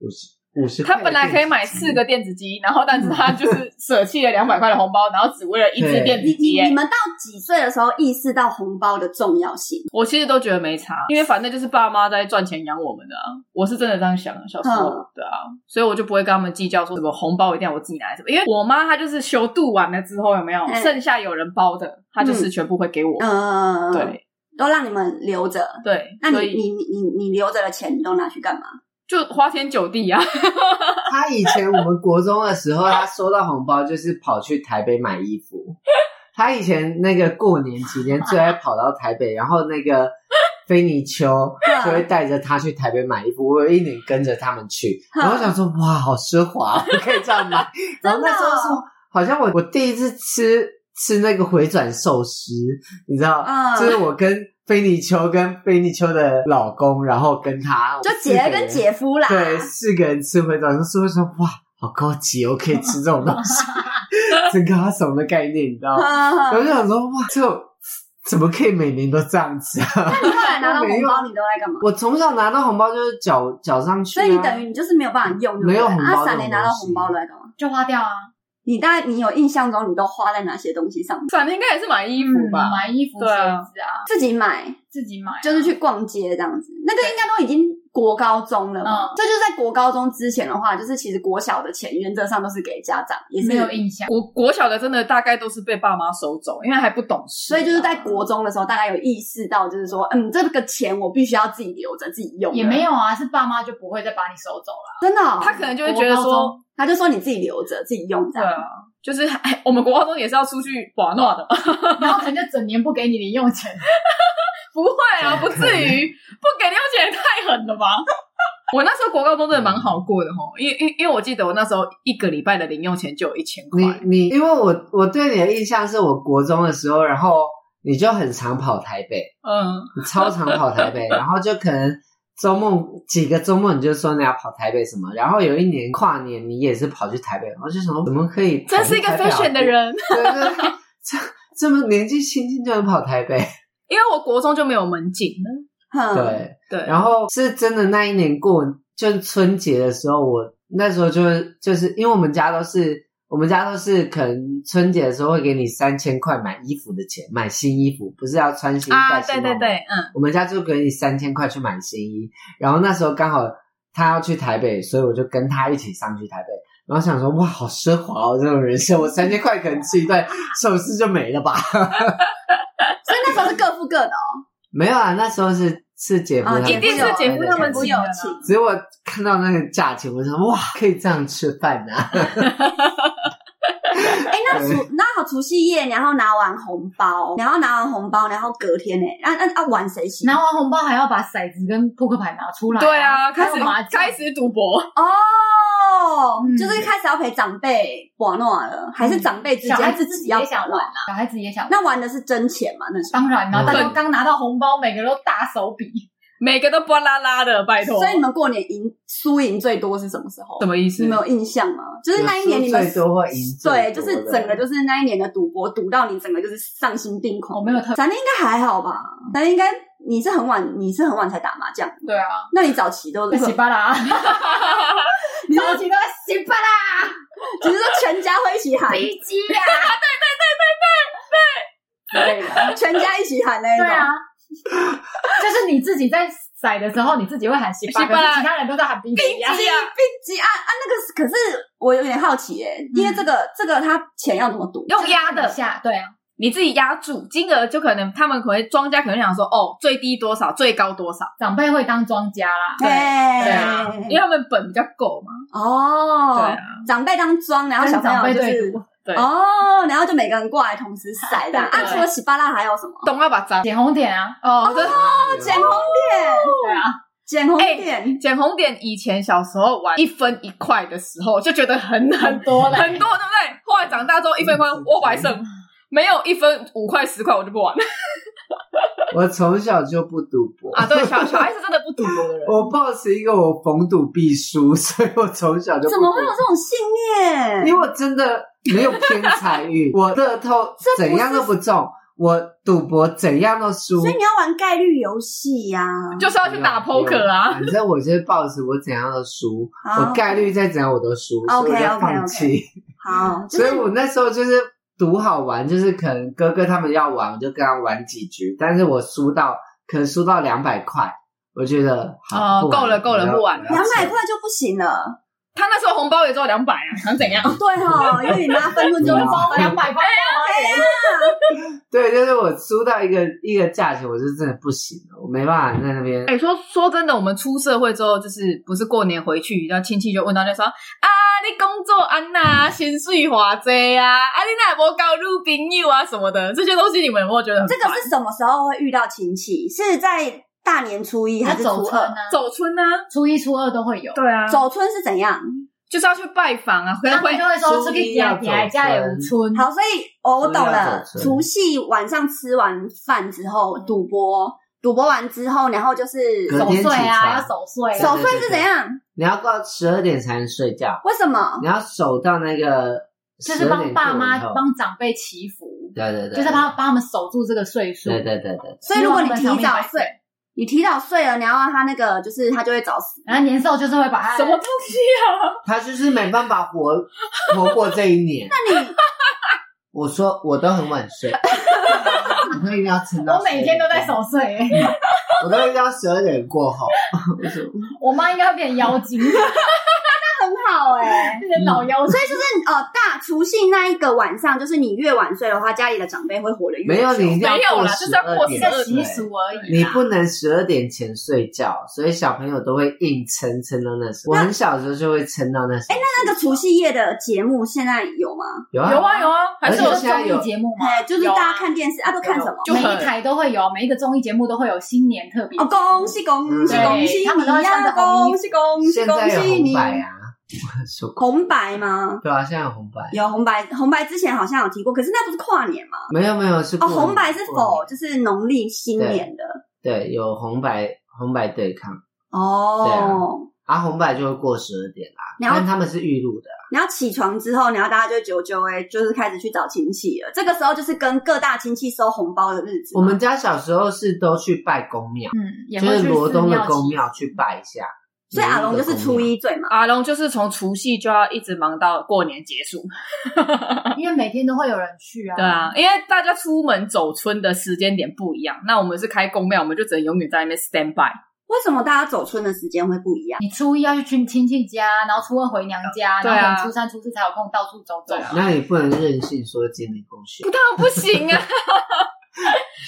Speaker 3: 五十五十。
Speaker 1: 他本来可以买四个，电子机，然后但是他就是舍弃了两百块的红包，然后只为了一只
Speaker 3: 对
Speaker 1: 电子
Speaker 2: 你
Speaker 1: 机
Speaker 2: 你你
Speaker 1: 耶。
Speaker 2: 们到几岁的时候意识到红包的重要性？
Speaker 1: 我其实都觉得没差，因为反正就是爸妈在赚钱养我们的啊，我是真的这样想的。小时候
Speaker 2: 嗯
Speaker 1: 对啊，所以我就不会跟他们计较说什么红包一定要我自己拿来什么，因为我妈她就是修度完了之后有没有
Speaker 2: 嗯
Speaker 1: 剩下有人包的，她就是全部会给我。
Speaker 2: 嗯，，
Speaker 1: 对
Speaker 2: 都让你们留着。
Speaker 1: 对，
Speaker 2: 那
Speaker 1: 所
Speaker 2: 你
Speaker 1: 以
Speaker 2: 你你你你留着的钱，你都拿去干嘛？
Speaker 1: 就花天酒地啊，
Speaker 3: 他以前我们国中的时候，他收到红包就是跑去台北买衣服。他以前那个过年期间最爱跑到台北，然后那个菲尼丘就会带着他去台北买衣服。我有一年跟着他们去，然后我想说哇，好奢华，我可以这 样买。然后那时候是好像我我第一次吃吃那个回转寿司，你知道，
Speaker 2: 嗯
Speaker 3: 啊就是我跟菲尼丘跟菲尼丘的老公，然后跟他
Speaker 2: 就姐跟。
Speaker 3: 我们四个人
Speaker 2: 姐夫啦。
Speaker 3: 对，四个人吃回转寿司，会说哇，好高级哦，可以吃这种东 西，整个阿怂的概念，你知道吗？
Speaker 2: 嗯。
Speaker 3: 我就想说哇，这种怎么可以每年都这样子啊？
Speaker 2: 那你后来拿到
Speaker 3: 没
Speaker 2: 红
Speaker 3: 有
Speaker 2: 包，你都在干 嘛？
Speaker 3: 我从小拿到红包就是缴缴上去、
Speaker 2: 所
Speaker 3: 啊，
Speaker 2: 以你等于你就是没有办法用，对不对
Speaker 3: 没有红包这种
Speaker 2: 啊，闪雷拿到
Speaker 3: 东西
Speaker 2: 红包都在干嘛？
Speaker 4: 就花掉啊，
Speaker 2: 你大概你有印象中，你都花在哪些东西上？嗯
Speaker 1: 反正应该也是买衣服吧。
Speaker 4: 嗯买衣服、鞋
Speaker 1: 对啊
Speaker 4: 子啊，
Speaker 2: 自己买，
Speaker 4: 自自己买啊，
Speaker 2: 就是去逛街这样子。那个应该都已经国高中了嘛，
Speaker 4: 嗯
Speaker 2: 这就是在国高中之前的话，就是其实国小的钱原则上都是给家长，也是
Speaker 4: 没有印象。
Speaker 1: 国国小的真的大概都是被爸妈收走，因为还不懂事，啊
Speaker 2: 所以就是在国中的时候，大概有意识到，就是说，嗯，这个钱我必须要自己留着自己用。
Speaker 4: 也没
Speaker 2: 有，
Speaker 4: 有啊，是爸妈就不会再把你收 走了。
Speaker 2: 真的哦、
Speaker 1: 他可能就会
Speaker 4: 国
Speaker 1: 觉得
Speaker 4: 高
Speaker 1: 说
Speaker 4: 中，
Speaker 2: 他就说你自己留着自己用这
Speaker 1: 对
Speaker 2: 样。
Speaker 1: 啊，就是还我们国高中也是要出去玩闹的嘛，
Speaker 4: 然后可能就整年不给你零用钱，
Speaker 1: 不会啊，不至于不给零用钱也太狠了吧？ 我那时候国高中真的蛮好过的吼，因为因为因为我记得我那时候一个礼拜的零用钱就有一千块
Speaker 3: 你，你，因为我我对你的印象是我国中的时候，然后你就很常跑台北，
Speaker 1: 嗯，
Speaker 3: 你超常跑台北，然后就可能周末几个周末你就说你要跑台北什么，然后有一年跨年你也是跑去台北，我就想说怎么可以？
Speaker 1: 真是一个
Speaker 3: 啊
Speaker 1: fashion 的，人。
Speaker 3: 对对对，这 这么年纪轻轻就能跑台北，
Speaker 1: 因为我国中就没有门禁了，
Speaker 2: 哼，
Speaker 3: 对，
Speaker 1: 对，
Speaker 3: 然后是真的那一年过就是春节的时候，我那时候就是就是因为我们家都是。我们家都是可能春节的时候会给你三千块买衣服的钱，买新衣服，不是要穿新
Speaker 1: 啊，
Speaker 3: 戴新
Speaker 1: 对对
Speaker 3: 帽
Speaker 1: 对，嗯，
Speaker 3: 我们家就给你三千块去买新衣，然后那时候刚好他要去台北，所以我就跟他一起上去台北，然后想说哇，好奢华哦，这种人生，我三千块可能吃一 顿寿司就没了吧？
Speaker 2: 所以那时候是各付各的哦。
Speaker 3: 没有啊，那时候是是姐夫
Speaker 2: 啊
Speaker 3: 他们
Speaker 1: 一定是姐夫他们
Speaker 2: 姐夫
Speaker 1: 请的啦
Speaker 2: 有请
Speaker 3: 只有我看到那个价钱，我想哇，可以这样吃饭啊！
Speaker 2: 哎、那除那好，除夕夜，然后拿完红包，然后拿完红包，然后隔天呢、那那那碗谁洗？
Speaker 4: 拿完红包还要把骰子跟扑克牌拿出来、
Speaker 1: 对啊，开
Speaker 4: 哎还有
Speaker 1: 始
Speaker 4: 麻将
Speaker 1: 开始赌博，
Speaker 2: 哦，
Speaker 4: 嗯
Speaker 2: 就是开始要陪长辈玩闹了，还是长辈之
Speaker 4: 小孩
Speaker 2: 间
Speaker 4: 子
Speaker 2: 自
Speaker 4: 自己
Speaker 2: 要啊
Speaker 4: 也想玩啊
Speaker 2: 玩？
Speaker 4: 啦，小孩子也想玩。
Speaker 2: 那玩的是真钱嘛？那时候，
Speaker 4: 当然啦，
Speaker 3: 嗯
Speaker 4: 大家刚拿到红包，每个都大手笔，
Speaker 1: 每个都巴拉拉的，拜托。
Speaker 2: 所以你们过年赢输赢最多是什么时候
Speaker 1: 什？么意思？
Speaker 2: 你们有印象吗？就是那一年你们
Speaker 3: 有输最多或赢最多
Speaker 2: 对，
Speaker 3: 的
Speaker 2: 就是整个就是那一年的赌博赌到你整个就是丧心病狂。
Speaker 4: 我哦没有特。
Speaker 2: 咱应该还好吧？咱应该你是很晚，你是很晚才打麻将，
Speaker 4: 对啊，
Speaker 2: 那你早期都
Speaker 4: 洗巴啦，
Speaker 2: 你
Speaker 4: 早期都在洗巴啦，
Speaker 2: 只是说全家会一起喊，
Speaker 4: 飞机啊呀，
Speaker 2: 全家一起喊那一种。
Speaker 4: 对啊， 就是你自己在甩的时候，你自己会喊洗巴，
Speaker 1: 洗
Speaker 4: 可
Speaker 1: 巴啦
Speaker 4: 是其他人都在喊飞机呀
Speaker 1: 飞。机啊
Speaker 2: 鸡啊啊，那个是可是我有点好奇耶、因为这个、
Speaker 4: 嗯
Speaker 2: 这个他钱要怎么赌？
Speaker 1: 用压
Speaker 4: 一
Speaker 1: 的，
Speaker 4: 下，对啊，
Speaker 1: 你自己压住金额，就可能他们可能庄家可能想说，哦，最低多少，最高多少，
Speaker 4: 长辈会当庄家啦，
Speaker 2: 哎
Speaker 1: 对啊因为他们本比较够嘛。对
Speaker 2: 哦
Speaker 1: 啊，，
Speaker 2: 长辈当庄，然后小
Speaker 4: 跟长
Speaker 2: 朋
Speaker 4: 辈
Speaker 2: 友就
Speaker 4: 对
Speaker 2: 是
Speaker 4: 赌。
Speaker 1: 对
Speaker 2: 哦，然后就每个人过来同时晒的。
Speaker 4: 对
Speaker 2: 啊，
Speaker 4: 对
Speaker 2: 除了喜巴拉还有什么？
Speaker 1: 懂要把章
Speaker 4: 捡红点啊，
Speaker 1: 哦，对
Speaker 2: 捡红点，
Speaker 4: 对啊，
Speaker 2: 捡红
Speaker 1: 哎
Speaker 2: 点，
Speaker 1: 捡红点以前小时候玩一分一块的时候，就觉得很很
Speaker 4: 很多嘞，
Speaker 1: 很多，对不对？后来长大之后，一分一块我还剩，没有一分五块十块我就不玩了
Speaker 3: 我从小就不赌博
Speaker 1: 啊。对，小小孩子真的不赌博的人，
Speaker 3: 我抱持一个我逢赌必输， 所以我从小就不
Speaker 2: 怎么
Speaker 3: 赌
Speaker 2: 会有
Speaker 3: 博
Speaker 2: 这种信念？
Speaker 3: 因为我真的没有偏 财运，我乐透
Speaker 2: 这不
Speaker 3: 怎
Speaker 2: 是
Speaker 3: 样都不中，我赌博怎样都输
Speaker 2: 所。以你要玩概率游戏呀、
Speaker 1: 就是要去打 poker 啊。
Speaker 3: 反正我就是抱着我怎样都输，
Speaker 2: 好
Speaker 4: 哦
Speaker 3: 我概率再怎样我都输，所以我
Speaker 2: OK，OK，OK
Speaker 3: 就放弃。
Speaker 2: 好，就
Speaker 3: 所以
Speaker 2: 是
Speaker 3: 我那时候就是赌好玩，就是可能哥哥他们要玩，我就跟他玩几局，但是我输到可能输到两百块，我觉得好
Speaker 1: 哦
Speaker 3: 不玩
Speaker 1: 够了够了
Speaker 3: 我要
Speaker 1: 不玩了
Speaker 3: 我要
Speaker 2: 两百
Speaker 3: 走
Speaker 2: 块就不行了。
Speaker 1: 他那时候红包也只有两百啊，想怎样？
Speaker 2: 对哈、哦，因为你妈分论就
Speaker 3: 对
Speaker 2: 是
Speaker 3: 啊
Speaker 4: 包两百块，
Speaker 3: 对，就是我输到一个一个价钱，我就真的不行了，我没办法在那边
Speaker 1: 哎、说说真的，我们出社会之后，就是不是过年回去，然后亲戚就问到，就说啊，你工作安呐，薪水华济啊，啊，你那无交女朋友啊什么的，这些东西你们有没有觉得很
Speaker 2: 这
Speaker 1: 烦
Speaker 2: 个是什么时候会遇到亲戚？是在大年初一还是初
Speaker 4: 走村
Speaker 2: 二？
Speaker 4: 啊，
Speaker 1: 走村啊？
Speaker 4: 初一初二都会有。
Speaker 1: 对啊，
Speaker 2: 走春是怎样？
Speaker 1: 就是要去拜访啊，回
Speaker 4: 他
Speaker 1: 回
Speaker 4: 们就会说这
Speaker 3: 初
Speaker 4: 个
Speaker 3: 一
Speaker 4: 家
Speaker 3: 要
Speaker 4: 家
Speaker 3: 走
Speaker 4: 家有
Speaker 3: 村
Speaker 4: 村，
Speaker 2: 好，所以哦，我懂了
Speaker 3: 初一要走。春
Speaker 2: 除夕晚上吃完饭之后赌博，赌博完之后，然后就是
Speaker 3: 隔
Speaker 4: 守
Speaker 3: 天
Speaker 4: 岁
Speaker 3: 起
Speaker 4: 啊，
Speaker 3: 床
Speaker 4: 要守岁啊。
Speaker 2: 守岁是怎样？
Speaker 3: 你要到十二点才能睡觉，
Speaker 2: 为什么？
Speaker 3: 你要守到那个
Speaker 4: 就
Speaker 3: 12
Speaker 4: 是帮
Speaker 3: 点
Speaker 4: 爸
Speaker 3: 过
Speaker 4: 妈
Speaker 3: 以后
Speaker 4: 帮长辈祈福，
Speaker 3: 对对对，
Speaker 4: 就是帮帮他们守住这个岁数。
Speaker 3: 对对对对，
Speaker 2: 所以如果你提
Speaker 4: 希望他们长命
Speaker 2: 早
Speaker 4: 百
Speaker 2: 睡，你提早睡了，然后他那个就是他就会早死。
Speaker 4: 然后年兽就是会把他
Speaker 1: 什么东西啊？
Speaker 3: 他就是没办法活 活过这一年。
Speaker 2: 那你
Speaker 3: 我说我都很晚睡，你会一定要撑到。
Speaker 4: 我每天都在，守岁、欸，
Speaker 3: 我都一定要十二点过后。 我说
Speaker 4: 我妈应该会变妖精，变
Speaker 2: 很好哎、
Speaker 1: 嗯
Speaker 4: 成老妖精
Speaker 2: 所。以就是呃，大除夕那一个晚上，就是你越晚睡的话，家里的长辈会活得越
Speaker 3: 没有，
Speaker 2: 久
Speaker 3: 你一定
Speaker 1: 没有
Speaker 3: 过
Speaker 1: 啦，就是要
Speaker 3: 12
Speaker 1: 过
Speaker 3: 点
Speaker 1: 十
Speaker 4: 个
Speaker 1: 二
Speaker 4: 习
Speaker 1: 点
Speaker 4: 俗
Speaker 1: 而已。
Speaker 3: 你不能十二点前睡觉，所以小朋友都会硬撑撑到那时候。我很小的时候就会撑到那时候。哎，
Speaker 2: 那个除夕夜的节目现在有吗？
Speaker 3: 有
Speaker 1: 有
Speaker 3: 啊，
Speaker 1: 啊有啊，还
Speaker 3: 而
Speaker 1: 是
Speaker 3: 且
Speaker 1: 有
Speaker 3: 现在有
Speaker 4: 综艺节目吗？
Speaker 2: 哎，就是
Speaker 1: 有啊
Speaker 2: 大家看电视啊，都看什么？
Speaker 1: 就
Speaker 4: 每
Speaker 1: 很
Speaker 4: 一台都会有，每一个综艺节目都会有新年特别。
Speaker 2: 哦，恭喜恭喜
Speaker 3: 嗯
Speaker 2: 恭喜
Speaker 4: 对他们都会
Speaker 2: 你
Speaker 4: 穿着
Speaker 2: 呀！
Speaker 4: 红衣
Speaker 2: 恭喜恭喜
Speaker 3: 现在
Speaker 2: 恭
Speaker 3: 有
Speaker 2: 喜
Speaker 3: 红
Speaker 2: 你！
Speaker 3: 白啊， 我说过。
Speaker 2: 红白吗？
Speaker 3: 对啊，现在有红白，
Speaker 2: 有红白，红白之前好像有提过，可是那不是跨年吗？
Speaker 3: 没有没有是
Speaker 2: 哦，
Speaker 3: 过年
Speaker 2: 红白是
Speaker 3: 过
Speaker 2: 否
Speaker 3: 年
Speaker 2: 就是农历新年的？
Speaker 3: 对有红白红白对抗对啊
Speaker 2: 哦，
Speaker 3: 啊，红白就会过十二点啦，
Speaker 2: 然后
Speaker 3: 但他们是预录的，
Speaker 2: 然后起床之后，然后大家就久久哎，就是开始去找亲戚了。这个时候就是跟各大亲戚收红包的日子嘛。
Speaker 3: 我们家小时候是都去拜公庙，
Speaker 4: 嗯，也
Speaker 3: 就
Speaker 4: 会
Speaker 3: 是
Speaker 4: 去
Speaker 3: 罗东
Speaker 4: 寺
Speaker 3: 的
Speaker 4: 庙
Speaker 3: 公
Speaker 4: 祈
Speaker 3: 庙去拜一下。
Speaker 2: 所以阿龙
Speaker 3: 罗
Speaker 2: 就
Speaker 3: 东的
Speaker 2: 是初
Speaker 3: 公庙，
Speaker 2: 一最嘛。
Speaker 1: 阿龙就是从除夕就要一直忙到过年结束，
Speaker 4: 福，因为每天都会有人去啊。
Speaker 1: 对啊，，因为大家出门走村的时间点不一样，那我们是开公庙，我们就只能永远在那边 stand by。
Speaker 2: 为什么大家走春的时间会不一样？
Speaker 4: 你初一要去亲亲戚家，然后初二回娘家，
Speaker 1: 对啊
Speaker 4: 然后可能初三、初四才有空到处走走。
Speaker 1: 对啊
Speaker 3: 那你不能任性说今年公休
Speaker 1: 不，当然 不行啊，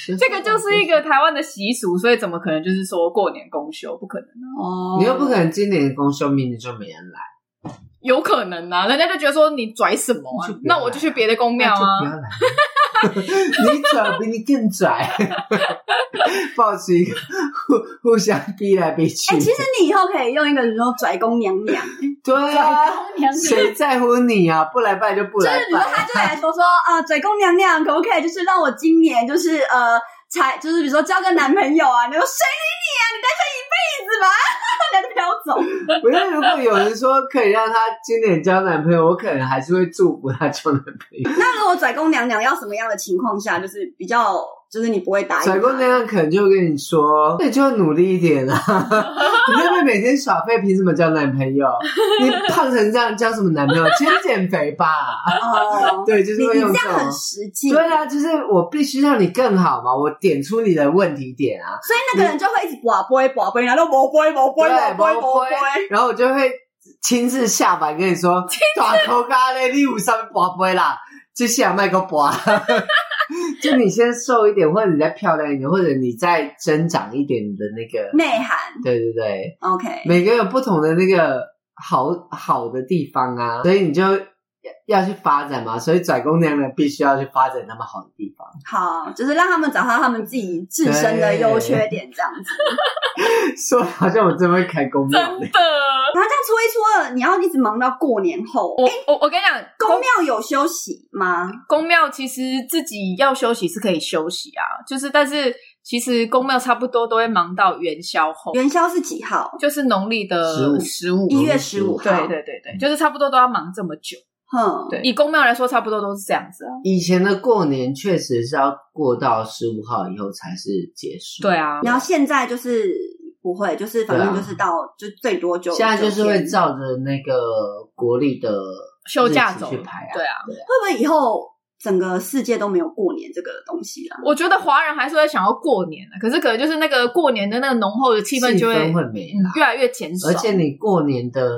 Speaker 3: 就
Speaker 1: 这个就是一个台湾的习俗，所以怎么可能就是说过年公休？不可能啊，
Speaker 2: 哦，
Speaker 3: 你又不可能今年公休，明年就没人来，
Speaker 1: 有可能啊，人家就觉得说你拽什么啊
Speaker 3: 就不要，
Speaker 1: 那我就去别的公庙
Speaker 3: 那就不
Speaker 1: 啊。
Speaker 3: 要来了。你拽比你更拽， 抱持一个互互相逼来逼去。
Speaker 2: 哎、其实你以后可以用一个，比如说拽公娘娘，
Speaker 3: 对
Speaker 4: 对
Speaker 3: 啊，
Speaker 4: 公娘
Speaker 3: 谁在乎你啊？不来拜就 不
Speaker 2: 就是
Speaker 3: 来
Speaker 2: 比如说
Speaker 3: 拜。啊
Speaker 2: 他就来说说 啊，拽公娘娘可不可以就是让我今年就是呃才就是比如说交个男朋友啊，你说谁理你啊，你单身一辈子吧， 人家就飘走。
Speaker 3: 我觉得如果有人说可以让她今年交男朋友，我可能还是会祝福她交男朋友。
Speaker 2: 那如果拽公娘娘要什么样的情况下，就是比较就是你不会答应？
Speaker 3: 甩锅那，样可能就会跟你说，那你就努力一点啊！ 你在那边每天耍废，凭什么交男朋友？你胖成这样，交什么男朋友？先减肥吧。
Speaker 2: 哦，
Speaker 3: 对，就是
Speaker 2: 你
Speaker 3: 会用
Speaker 2: 你这
Speaker 3: 种
Speaker 2: 样。很实际，
Speaker 3: 对啊，就是我必须让你更好嘛，我点出你的问题点啊，
Speaker 2: 所以那个人就会一直拔杯拔杯，然后拔杯拔杯拔杯拔杯。
Speaker 3: 然后我就会亲自下板跟你说，大头咖嘞，你有啥博杯啦？接下来卖个博， 就你先瘦一点，或者你再漂亮一点，或者你再增长一点你的那个，
Speaker 2: 内涵
Speaker 3: 对对对，
Speaker 2: ，OK，
Speaker 3: 每个有不同的那个好好的地方啊，所以你就要要去发展嘛，所以拽公娘娘必须要去发展他们好的地方。
Speaker 2: 好，就是让他们找到他们自己自身的优缺点，这样
Speaker 3: 嗯
Speaker 2: 子。
Speaker 3: 说得好像我真会开公庙
Speaker 1: 真的，
Speaker 2: 然后这样初一初二，你要一直忙到过年后。
Speaker 3: 哦
Speaker 1: 我我我跟你讲，
Speaker 2: 公庙有休息吗？
Speaker 1: 公庙其实自己要休息是可以休息啊，就是但是其实公庙差不多都会忙到元宵后，
Speaker 2: 元宵是几号？
Speaker 1: 就是农历的十五。
Speaker 2: 一月十五号。
Speaker 1: 对对对对，
Speaker 3: 嗯
Speaker 1: 就是差不多都要忙这么久。
Speaker 2: 哼，
Speaker 1: 对，以公庙来说，差不多都是这样子啊。
Speaker 3: 以前的过年确实是要过到十五号以后才是结束。
Speaker 1: 对，啊，
Speaker 2: 然后现在就是不会，就是反正
Speaker 3: 对
Speaker 2: 就
Speaker 3: 啊
Speaker 2: 是到、就最多就
Speaker 3: 现在就是会
Speaker 2: 九天
Speaker 3: 照着那个国历的
Speaker 1: 休假
Speaker 3: 日期
Speaker 1: 走
Speaker 3: 去排啊。
Speaker 1: 对啊，
Speaker 2: 会不会以后整个世界都没有过年这个东西了？
Speaker 1: 我觉得华人还是会想要过年的，可是可能就是那个过年的那个浓厚的气氛就
Speaker 3: 气
Speaker 1: 会
Speaker 3: 氛会没
Speaker 1: 嗯
Speaker 3: 啦，
Speaker 1: 越来越减少。
Speaker 3: 而且你过年的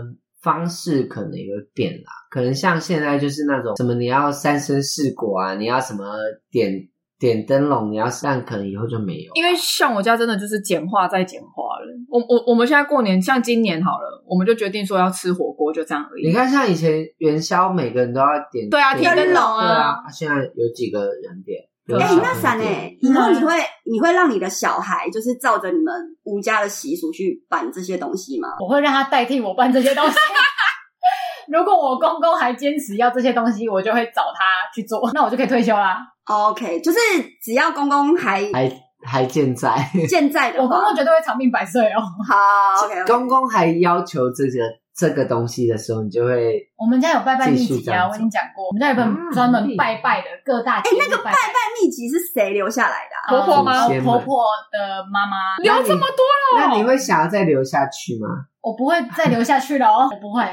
Speaker 3: 方式可能也会变啦，可能像现在就是那种什么你要三生四果啊，你要什么点点灯笼，你要但可能以后就没有啊，
Speaker 1: 因为像我家真的就是简化再简化了。我我我们现在过年，像今年好了，我们就决定说要吃火锅，就这样而已。
Speaker 3: 你看像以前元宵每个人都要点
Speaker 1: 对啊
Speaker 3: 点
Speaker 2: 提灯笼
Speaker 1: 啊
Speaker 3: 对啊，现在有几个人点？有
Speaker 1: 对
Speaker 2: 哎、
Speaker 1: 啊
Speaker 3: 小
Speaker 2: 那
Speaker 3: 朋友
Speaker 2: 闪哎、
Speaker 3: 点
Speaker 2: 以后你会你会让你的小孩就是照着你们吴家的习俗去办这些东西吗？
Speaker 4: 我会让他代替我办这些东西。 如果我公公还坚持要这些东西，我就会找他去做，那我就可以退休啦。
Speaker 2: OK，就是只要公公还
Speaker 3: 还健在。
Speaker 2: 健在的
Speaker 4: 我公
Speaker 2: 话，
Speaker 4: 公绝对会长命百岁哦。
Speaker 2: 好 OK，,
Speaker 3: 公公还要求这个这个东西的时候，你就会
Speaker 4: 我们家有拜拜秘
Speaker 3: 继续
Speaker 4: 籍
Speaker 3: 这
Speaker 4: 啊，
Speaker 3: 样
Speaker 4: 我
Speaker 3: 子嗯
Speaker 4: 已经讲过，我们家有本专门拜拜的各大节日
Speaker 3: 哎
Speaker 4: 拜拜。那呃个拜
Speaker 2: 拜秘籍是谁留下来的啊、
Speaker 1: 婆婆吗
Speaker 3: 祖先们
Speaker 4: 婆婆的妈妈，
Speaker 1: 聊这么多了，
Speaker 3: 那你会想要再留下去吗？
Speaker 4: 我不会再留下去了哦，我不会。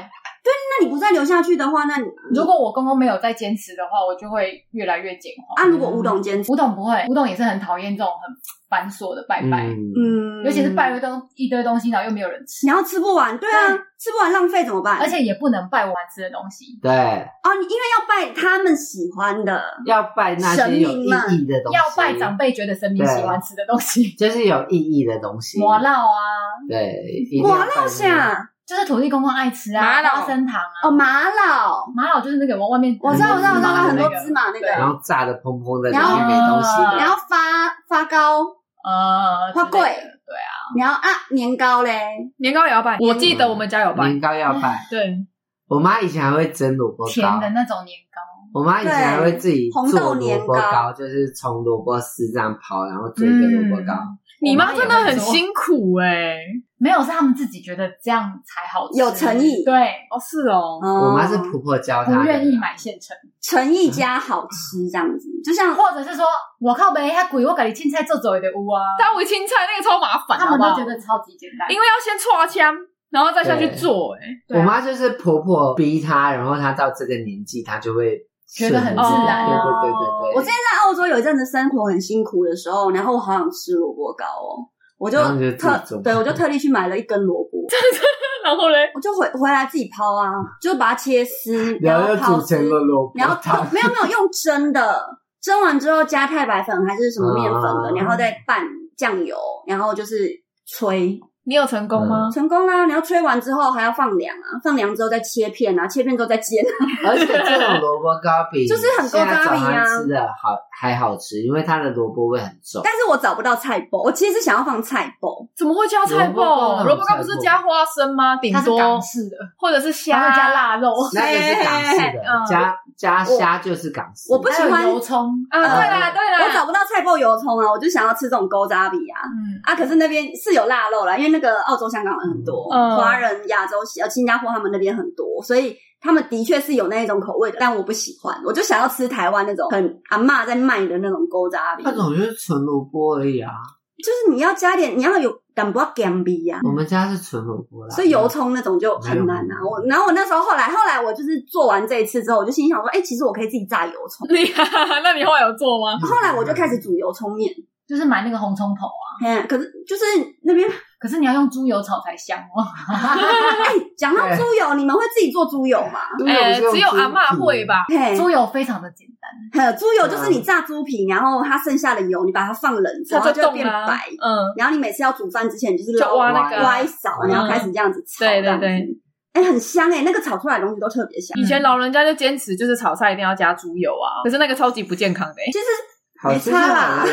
Speaker 2: 那你不再留下去的话，那你
Speaker 4: 如果我公公没有再坚持的话，我就会越来越简化。
Speaker 2: 啊，如果吴董坚持，
Speaker 4: 古董不会，古董也是很讨厌这种很繁琐的拜拜，
Speaker 3: 嗯，
Speaker 2: 嗯，
Speaker 4: 尤其是拜一堆东一堆东西，然后又没有人吃，
Speaker 2: 然后吃不完，对啊，吃不完浪费怎么办？
Speaker 4: 而且也不能拜我爱吃的东西，
Speaker 3: 对，
Speaker 2: 哦，你因为要拜他们喜欢的，
Speaker 3: 要拜那些有意义的东西，
Speaker 4: 要拜长辈觉得神明喜欢吃的东西，
Speaker 3: 就是有意义的东西。
Speaker 4: 麻辣啊，
Speaker 3: 对，一定要
Speaker 2: 麻
Speaker 3: 拜那
Speaker 2: 辣
Speaker 3: 个
Speaker 2: 虾
Speaker 4: 就是土地公公爱吃啊，
Speaker 1: 麻辣
Speaker 4: 花生糖啊，
Speaker 2: 哦，麻辣，
Speaker 4: 麻辣就是那个往外面，
Speaker 2: 我知道，我知道，我知道，
Speaker 3: 嗯麻辣
Speaker 2: 很多
Speaker 4: 那个
Speaker 2: 芝麻那
Speaker 4: 对
Speaker 2: 个，
Speaker 3: 然后炸的砰砰的，里
Speaker 2: 然后
Speaker 3: 面没东西
Speaker 4: 啊
Speaker 3: 的，
Speaker 2: 然后发发糕，
Speaker 4: 呃，
Speaker 2: 花
Speaker 4: 之类
Speaker 2: 贵
Speaker 4: 的对啊，
Speaker 2: 然后啊年糕嘞，
Speaker 1: 年糕也要拜，我记得我们家有拜。
Speaker 3: 年糕要拜。
Speaker 1: 对，
Speaker 3: 嗯我妈以前还会蒸萝卜
Speaker 4: 甜
Speaker 3: 糕
Speaker 4: 的，那种年糕，
Speaker 3: 我妈以前还会自己
Speaker 2: 红豆
Speaker 3: 做
Speaker 2: 年
Speaker 3: 萝卜
Speaker 2: 糕
Speaker 3: 糕，就是从萝卜丝这样刨，然后做一个萝卜糕。
Speaker 1: 你妈真的很
Speaker 4: 辛，
Speaker 1: 辛苦哎、
Speaker 4: 没有是他们自己觉得这样才好吃，
Speaker 2: 有诚意
Speaker 4: 对，
Speaker 1: 哦，是哦，
Speaker 2: 我
Speaker 3: 我妈是婆婆教
Speaker 4: 不
Speaker 3: 她的，
Speaker 4: 愿意买现成。
Speaker 2: 诚意加好吃这样子，就像
Speaker 4: 或者是说我靠没他鬼，我给你青菜做走也得污啊。
Speaker 1: 但我青菜那个超麻烦，
Speaker 4: 他们
Speaker 1: 好
Speaker 4: 都
Speaker 1: 不好
Speaker 4: 觉得超级简单，
Speaker 1: 因为要先戳枪，然后再下去
Speaker 3: 对
Speaker 1: 做哎、
Speaker 4: 对啊
Speaker 3: 我妈就是婆婆逼她，然后她到这个年纪，她就会
Speaker 4: 觉得很自然
Speaker 3: 顺着对对对对对。
Speaker 2: 我之前在澳洲有一阵子生活很辛苦的时候，然后我好想吃萝卜糕哦，我就
Speaker 3: 然后你就自己
Speaker 2: 特
Speaker 3: 种
Speaker 2: 对我就特地去买了一根萝卜，
Speaker 1: 然后嘞，
Speaker 2: 我就回回来自己抛啊，就把它切丝，
Speaker 3: 然后
Speaker 2: 后
Speaker 3: 又
Speaker 2: 抛
Speaker 3: 煮成
Speaker 2: 丝
Speaker 3: 了，萝卜
Speaker 2: 然后
Speaker 3: 汤，
Speaker 2: 没有没有用蒸的，蒸完之后加太白粉还是什么面粉的，
Speaker 3: 啊
Speaker 2: 然后再拌酱油，然后就是吹，
Speaker 1: 你有成功吗？
Speaker 2: 成功啊啦！你要吹完之后还要放凉啊，放凉之后再切片啊，切片之后再煎啊。
Speaker 3: 而且这种萝卜糕比
Speaker 2: 就是很够
Speaker 3: 现在
Speaker 2: 咖
Speaker 3: 早
Speaker 2: 喱啊
Speaker 3: 上吃的好还好吃，因为它的萝卜味很重。
Speaker 2: 但是我找不到菜包，我其实想要放菜包，
Speaker 1: 怎么会加菜
Speaker 3: 萝卜糕哪
Speaker 1: 包？
Speaker 3: 有
Speaker 1: 萝卜糕不
Speaker 3: 菜
Speaker 1: 是
Speaker 3: 包
Speaker 1: 加花生吗？顶
Speaker 4: 它是
Speaker 1: 多
Speaker 4: 港式的，
Speaker 1: 或者是
Speaker 4: 然
Speaker 1: 虾
Speaker 4: 后加腊肉，
Speaker 3: 那个是港式的，
Speaker 1: 嗯
Speaker 3: 加加虾就是港式的。
Speaker 2: 我不喜欢
Speaker 4: 还有油葱，
Speaker 1: 啊，对啦对啦，
Speaker 2: 我找不到菜包油葱啊，我就想要吃这种勾扎比啊。
Speaker 4: 嗯，
Speaker 2: 啊，可是那边是有腊肉啦，因为那个澳洲、香港人很多，
Speaker 1: 嗯
Speaker 2: 华人、亚洲、呃新加坡他们那边很多，所以他们的确是有那一种口味的，但我不喜欢，我就想要吃台湾那种很阿嬷在卖的那种勾扎比，
Speaker 3: 那
Speaker 2: 就
Speaker 3: 种就是纯萝卜而已啊，
Speaker 2: 是你要加点，你要有淡薄咸味啊。
Speaker 3: 我们家是纯萝卜啦。
Speaker 2: 所以油葱那种就很难啊
Speaker 3: 没。有
Speaker 2: 我然后我那时候后来后来我就是做完这一次之后，我就心想说，哎、其实我可以自己炸油葱。
Speaker 1: 你啊那你后来有做吗？
Speaker 3: 嗯，
Speaker 2: 后来我就开始煮油葱面，
Speaker 4: 就是买那个红葱头啊。
Speaker 2: 嘿，可是就是那边
Speaker 4: 可是你要用猪油炒才香哦。
Speaker 2: 哎，讲到猪油，你们会自己做猪油吗？
Speaker 3: 猪油
Speaker 1: 哎、
Speaker 3: 是用
Speaker 1: 只有
Speaker 3: 猪
Speaker 1: 阿嬷
Speaker 3: 皮
Speaker 1: 会。吧？
Speaker 2: 嘿，
Speaker 4: 猪油非常的简单，
Speaker 2: 嘿猪油就是你炸猪皮，然后它剩下的油，你把它放冷之
Speaker 1: 嗯它
Speaker 2: 后它
Speaker 1: 就
Speaker 2: 就会
Speaker 1: 动
Speaker 2: 变
Speaker 1: 啊
Speaker 2: 白。，
Speaker 1: 嗯，
Speaker 2: 然后你每次要煮饭之前，你就是
Speaker 1: 就
Speaker 2: 捞
Speaker 1: 挖那个啊。
Speaker 2: 挖一勺，然后开始这样子炒。
Speaker 1: 对对
Speaker 2: 这样子
Speaker 1: 对。
Speaker 2: 哎，很香哎，那个炒出来的东西都特别香。
Speaker 1: 以前老人家就坚持，就是炒菜一定要加猪油啊，可是那个超级不健康的、欸。
Speaker 3: 好吃就好了啦。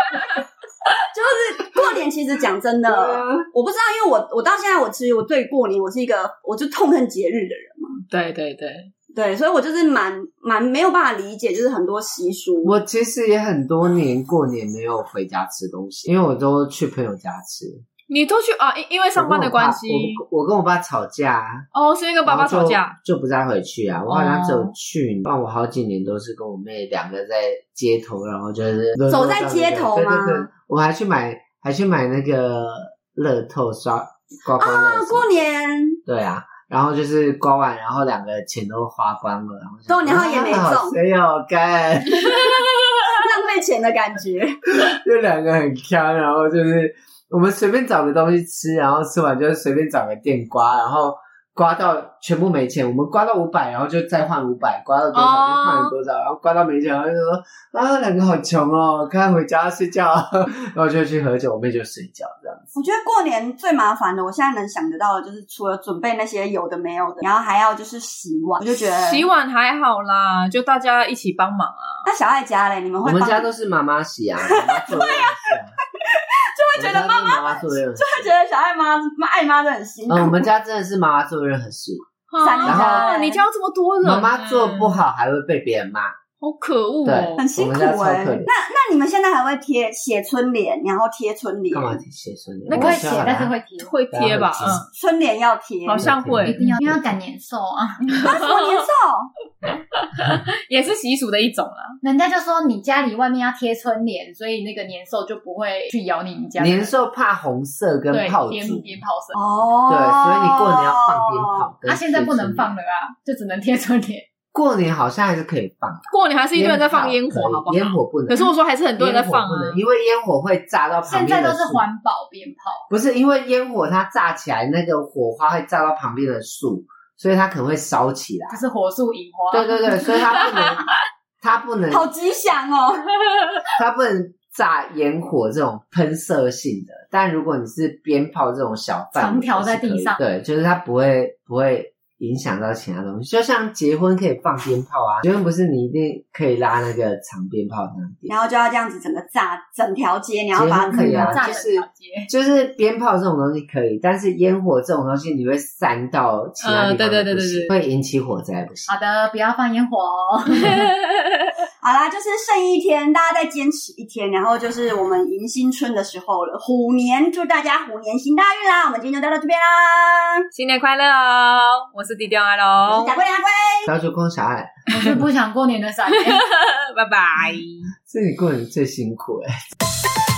Speaker 2: 就是过年，其实讲真的， 我不知道，因为我我到现在我其实我对过年我是一个我就痛恨节日的人，
Speaker 1: 对对对，
Speaker 2: 对，所以我就是蛮蛮没有办法理解，就是很多习俗。
Speaker 3: 我其实也很多年过年没有回家吃东西，因为我都去朋友家吃。
Speaker 1: 你都去啊，因因为上班的关系，
Speaker 3: 我我跟我爸吵架，啊
Speaker 1: 哦，是因为跟爸爸
Speaker 3: 然后
Speaker 1: 吵
Speaker 3: 就
Speaker 1: 架，
Speaker 3: 就不再回去啊。我好像只
Speaker 2: 哦
Speaker 3: 有去，但我好几年都是跟我妹两个在街头，然后就是轮流
Speaker 2: 走在
Speaker 3: 到那
Speaker 2: 街
Speaker 3: 个
Speaker 2: 头
Speaker 3: 对
Speaker 2: 吗
Speaker 3: 对对，我还去买还去买那个乐透刷刮刮乐什
Speaker 2: 啊，
Speaker 3: 么，
Speaker 2: 过年
Speaker 3: 对啊。然后就是刮完，然后两个钱都花光了，然后想
Speaker 2: 中然后也没
Speaker 3: 啊
Speaker 2: 中
Speaker 3: 谁有干？
Speaker 2: 浪费钱的感觉，
Speaker 3: 就两个很强，然后就是我们随便找个东西吃，然后吃完就随便找个店刮，然后刮到全部没钱，我们刮到五百，然后就再换五百，刮到多少
Speaker 2: 哦
Speaker 3: 就换多少，然后刮到没钱，然后就说啊，两个好穷哦，快回家睡觉，啊 然后就去喝酒，我妹就睡觉这样子。
Speaker 2: 我觉得过年最麻烦的，我现在能想得到的就是除了准备那些有的没有的，然后还要就是洗碗，我就觉得
Speaker 1: 洗。碗还好啦，就大家一起帮忙啊。
Speaker 2: 那小爱家嘞，你们
Speaker 3: 我
Speaker 2: 会
Speaker 3: 们
Speaker 2: 帮
Speaker 3: 家都是妈妈洗啊，妈妈做的啊
Speaker 2: 啊 就会觉得妈
Speaker 3: 妈妈做任何事，
Speaker 2: 会觉得小爱妈妈爱妈都很辛苦。
Speaker 3: 嗯，我们家真的是妈妈做任何事，
Speaker 2: 三
Speaker 3: 家
Speaker 1: 啊
Speaker 2: 欸
Speaker 1: 你家有这么多人、啊
Speaker 3: 妈妈做不好还会被别人骂，
Speaker 1: 好可恶哦
Speaker 3: 对！
Speaker 2: 很辛苦
Speaker 3: 我们家
Speaker 2: 哎、
Speaker 3: 超可怜
Speaker 2: 那那你们现在还会贴写春联，然后贴春联
Speaker 3: 干，嘛写春联？
Speaker 1: 那
Speaker 4: 不
Speaker 1: 个
Speaker 4: 会
Speaker 3: 我
Speaker 4: 写
Speaker 3: 希，望
Speaker 4: 但是
Speaker 3: 它
Speaker 4: 会贴，
Speaker 1: 会贴吧？
Speaker 3: 对
Speaker 1: 嗯，
Speaker 2: 春联要贴，
Speaker 1: 好像
Speaker 4: 一
Speaker 1: 会，
Speaker 4: 定要，因为要赶年兽啊。
Speaker 2: 那什么年兽？
Speaker 1: 也是习俗的一种啦。
Speaker 4: 人家就说你家里外面要贴春联，所以那个年兽就不会去咬你们家。
Speaker 3: 年兽怕红色跟
Speaker 4: 对
Speaker 3: 炮
Speaker 4: 鞭
Speaker 3: 竹，
Speaker 4: 鞭炮声。
Speaker 2: 哦，
Speaker 3: 对，所以你过年要放鞭。炮。
Speaker 4: 啊，现在不能放
Speaker 1: 哦
Speaker 3: 了。
Speaker 4: 了啊，就只能贴春联。
Speaker 3: 过年好像还是可以放，
Speaker 1: 过年还是一堆人在放烟
Speaker 3: 烟
Speaker 1: 火，好不
Speaker 3: 炮
Speaker 1: 好？
Speaker 3: 可以烟火不能。
Speaker 1: 可是我说还是很多人在放
Speaker 3: 烟火不
Speaker 1: 啊
Speaker 3: 能，。因为烟火会炸到旁
Speaker 4: 现
Speaker 3: 边
Speaker 4: 在
Speaker 3: 的
Speaker 4: 都是
Speaker 3: 树
Speaker 4: 环保鞭炮，
Speaker 3: 不是因为烟火它炸起来，那个火花会炸到旁边的树，所以它可能会烧起 来
Speaker 1: 哦
Speaker 4: 就。是火树银花。
Speaker 3: 对对对，所以它不能，它不能，
Speaker 2: 好吉祥哦！
Speaker 3: 它不能炸烟火这种喷射性的。但如果你是鞭炮这种小范围
Speaker 4: 长条在地上
Speaker 3: 是可以对，就是它不会不会影响到其他东西。就像结婚可以放鞭炮啊，结婚不是你一定可以拉那个长鞭炮那样 点。
Speaker 2: 然后就要这样子整个炸整条街，你要把整
Speaker 3: 可以啊
Speaker 2: 个
Speaker 4: 炸
Speaker 3: 就
Speaker 4: 整
Speaker 3: 是
Speaker 4: 条街。
Speaker 3: 就是鞭炮这种东西可以，但是烟火这种东西你会散到其他地方、
Speaker 1: 呃对对对
Speaker 3: 不行
Speaker 1: 对对
Speaker 3: 会引起火灾，不行。
Speaker 4: 好的，不要放烟火哦。
Speaker 2: 好啦，就是剩一天，大家再坚持一天，然后就是我们迎新春的时候了，虎年，祝大家虎年行大运啦！我们今天就到这边啦，
Speaker 1: 新年快乐哦！我是弟弟阿
Speaker 2: 我是
Speaker 1: 龙
Speaker 2: 贾，桂良阿龟，
Speaker 3: 小主空小爱，
Speaker 4: 我是 欸不想过年的闪电。
Speaker 1: 拜拜。
Speaker 3: 这你过年最辛苦哎、